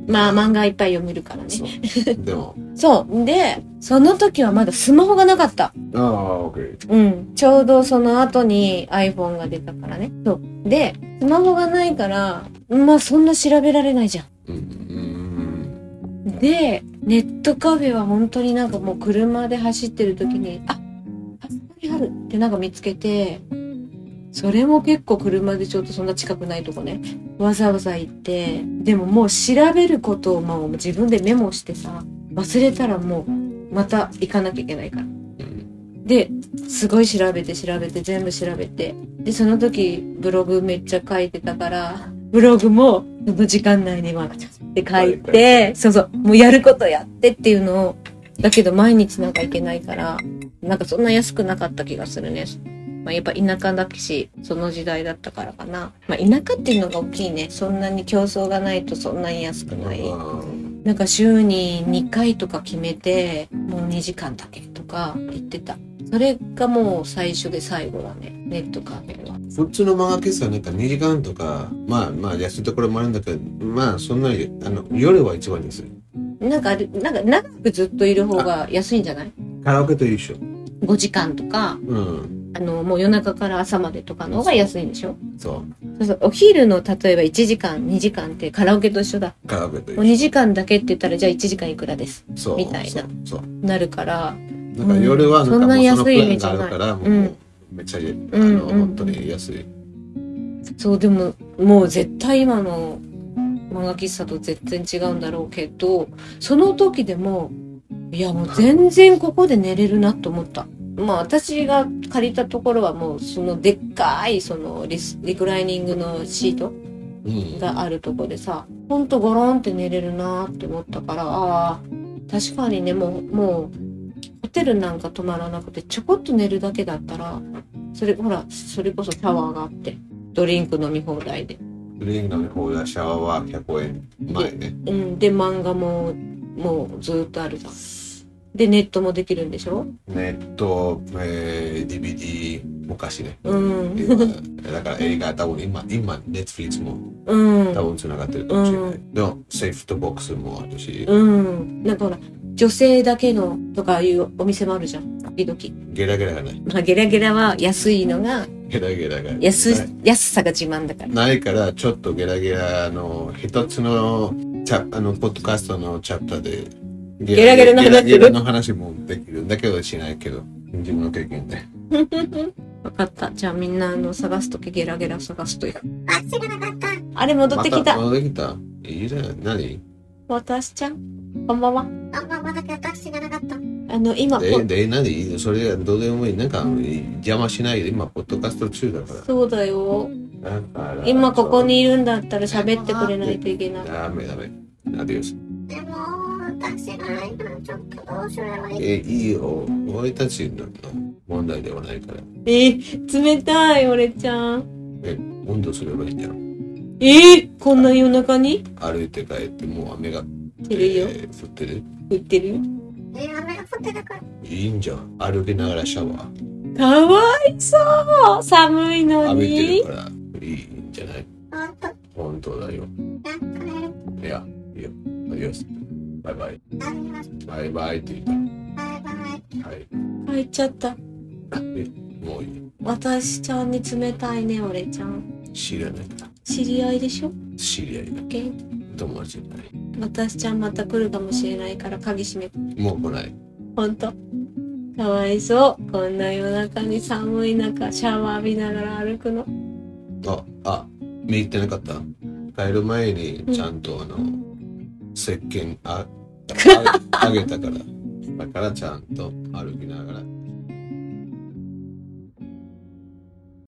Speaker 1: まあ漫画いっぱい読めるからね。
Speaker 3: そうでも
Speaker 1: そう。で、その時はまだスマホがなかった。
Speaker 3: ああオッケー
Speaker 1: うん。ちょうどその後に iPhone が出たからね。そう。で、スマホがないから、まあそんな調べられないじゃん。
Speaker 3: うんうん
Speaker 1: で、ネットカフェは本当になんかもう車で走ってる時に、あ、あそこにあるってなんか見つけて、それも結構車でちょっとそんな近くないとこねわざわざ行ってでももう調べることをもう自分でメモしてさ忘れたらもうまた行かなきゃいけないから
Speaker 3: うん
Speaker 1: ですごい調べて調べて全部調べてでその時ブログめっちゃ書いてたからブログもその時間内にはって書い
Speaker 3: はいはいは
Speaker 1: てそうそうもうやることやってっていうのをだけど毎日なんかいけないからなんかそんな安くなかった気がするね。まあ、やっぱ田舎だしその時代だったからかな、まあ、田舎っていうのが大きいねそんなに競争がないとそんなに安くない
Speaker 3: うん
Speaker 1: なんか週に2回とか決めてもう2時間だけとか言ってたそれがもう最初で最後だねネットカフェは
Speaker 3: 普通の漫画喫茶はなんか2時間とかまあまあ安いところもあるんだけどまあそんなにあの夜は一番ですよ
Speaker 1: なんかあれなんか長くずっといる方が安いんじゃない
Speaker 3: カラオケと一緒
Speaker 1: ?5 時間とか
Speaker 3: うん
Speaker 1: あのもう夜中から朝までとかの方が安いんでしょ
Speaker 3: そ
Speaker 1: そうそうお昼の例えば1時間2時間ってカラオケと一緒だ
Speaker 3: うカラオケと
Speaker 1: もう
Speaker 3: 一
Speaker 1: 2時間だけって言ったらじゃあ1時間いくらです
Speaker 3: 緒そう
Speaker 1: みたいな
Speaker 3: そうそう
Speaker 1: なるから
Speaker 3: だから夜はなんかもうそのプランがあ
Speaker 1: そんな安いイメージない
Speaker 3: るからも
Speaker 1: うん
Speaker 3: うめっちゃあの
Speaker 1: うん
Speaker 3: 本当に安い
Speaker 1: そうでももう絶対今の漫画喫茶と全然違うんだろうけどその時でもいやもう全然ここで寝れるなと思ったまあ私が借りたところはもうそのでっかいそのリスリクライニングのシート
Speaker 3: うん
Speaker 1: があるとこでさほんとゴロンって寝れるなって思ったからああ確かにねもうもうホテルなんか泊まらなくてちょこっと寝るだけだったらそれほらそれこそシャワーがあってドリンク飲み放題で、
Speaker 3: ドリンク飲み放題シャワーは100円前ね
Speaker 1: うん、で漫画ももうずーっとあるじゃんでネットもできるんでしょ
Speaker 3: ネット、えー、DVD 昔ね
Speaker 1: うん
Speaker 3: 今だから映画多分今今 Netflix も
Speaker 1: うん
Speaker 3: 多分つながってるかもしれない、でもセーフトボックスもあるし、
Speaker 1: うんなんかほら女性だけのとかいうお店もあるじゃん時々
Speaker 3: ゲラゲラがない
Speaker 1: まあゲラゲラは安いのが
Speaker 3: ゲラゲラがない
Speaker 1: 安
Speaker 3: ない
Speaker 1: 安さが自慢だから。
Speaker 3: ないからちょっとゲラゲラの一つのチャあのポッドキャストのチャプターでゲ
Speaker 1: ラゲラの話
Speaker 3: ゲラゲラの話もできるんだけどしないけど自分の経験で
Speaker 1: 分かった。じゃあみんなあの探すときゲラゲラ探すという。
Speaker 2: 忘れなかった。
Speaker 1: あれ戻ってきた。
Speaker 3: ま戻ってきたいいじゃん何
Speaker 1: 私ちゃん。こんばんは。
Speaker 2: あんままだけ私がなかった。
Speaker 1: あの今
Speaker 3: で、
Speaker 1: ポ
Speaker 3: で、何それどうでもいい。なんか、邪魔しないで。今、ポッドキャスト中だか
Speaker 1: そうだよ。
Speaker 3: ら。だから
Speaker 1: 今ここ。にいるんだったら喋ってくれないといけない。
Speaker 3: ダメダメ。アディオス。
Speaker 2: でも、私がないからちょっとどうすればいい
Speaker 3: え、いいよ。俺たちの問題ではないから。
Speaker 1: えー、冷たい俺ちゃん。
Speaker 3: え、運動すればいいんじゃん。
Speaker 1: えー、こんな夜中に
Speaker 3: 歩いて帰って、もう雨が、
Speaker 1: てるよ。
Speaker 3: えー降ってる。
Speaker 1: 言ってるよ。
Speaker 2: え、雨が降ってたから。
Speaker 3: いいんじゃん。歩きながらシャワー。
Speaker 1: かわいそう寒いの
Speaker 3: 歩いてる
Speaker 1: に。
Speaker 3: から、いいんじゃない
Speaker 2: ほんと、
Speaker 3: 本当だよ。
Speaker 2: なんかね、
Speaker 3: いや、いいよ。アディオス。バイバイ。
Speaker 2: あります。
Speaker 3: バイバイって言っ
Speaker 2: バイバイ。
Speaker 3: た。はい。
Speaker 1: 入っちゃった。
Speaker 3: え、もういい。
Speaker 1: 私ちゃんに冷たいね俺ちゃん。
Speaker 3: 知らないから。
Speaker 1: 知り合いでしょ
Speaker 3: 知り合いだ。
Speaker 1: け
Speaker 3: 友達じゃない。
Speaker 1: 私ちゃんまた来るかもしれないから鍵閉めて
Speaker 3: もう来ない。
Speaker 1: ほんとかわいそうこんな夜中に寒い中シャワー浴びながら歩くの
Speaker 3: あ、あ、見行ってなかった帰る前にちゃんとあの、石鹸あ、ああげたから。だからちゃんと歩きながら。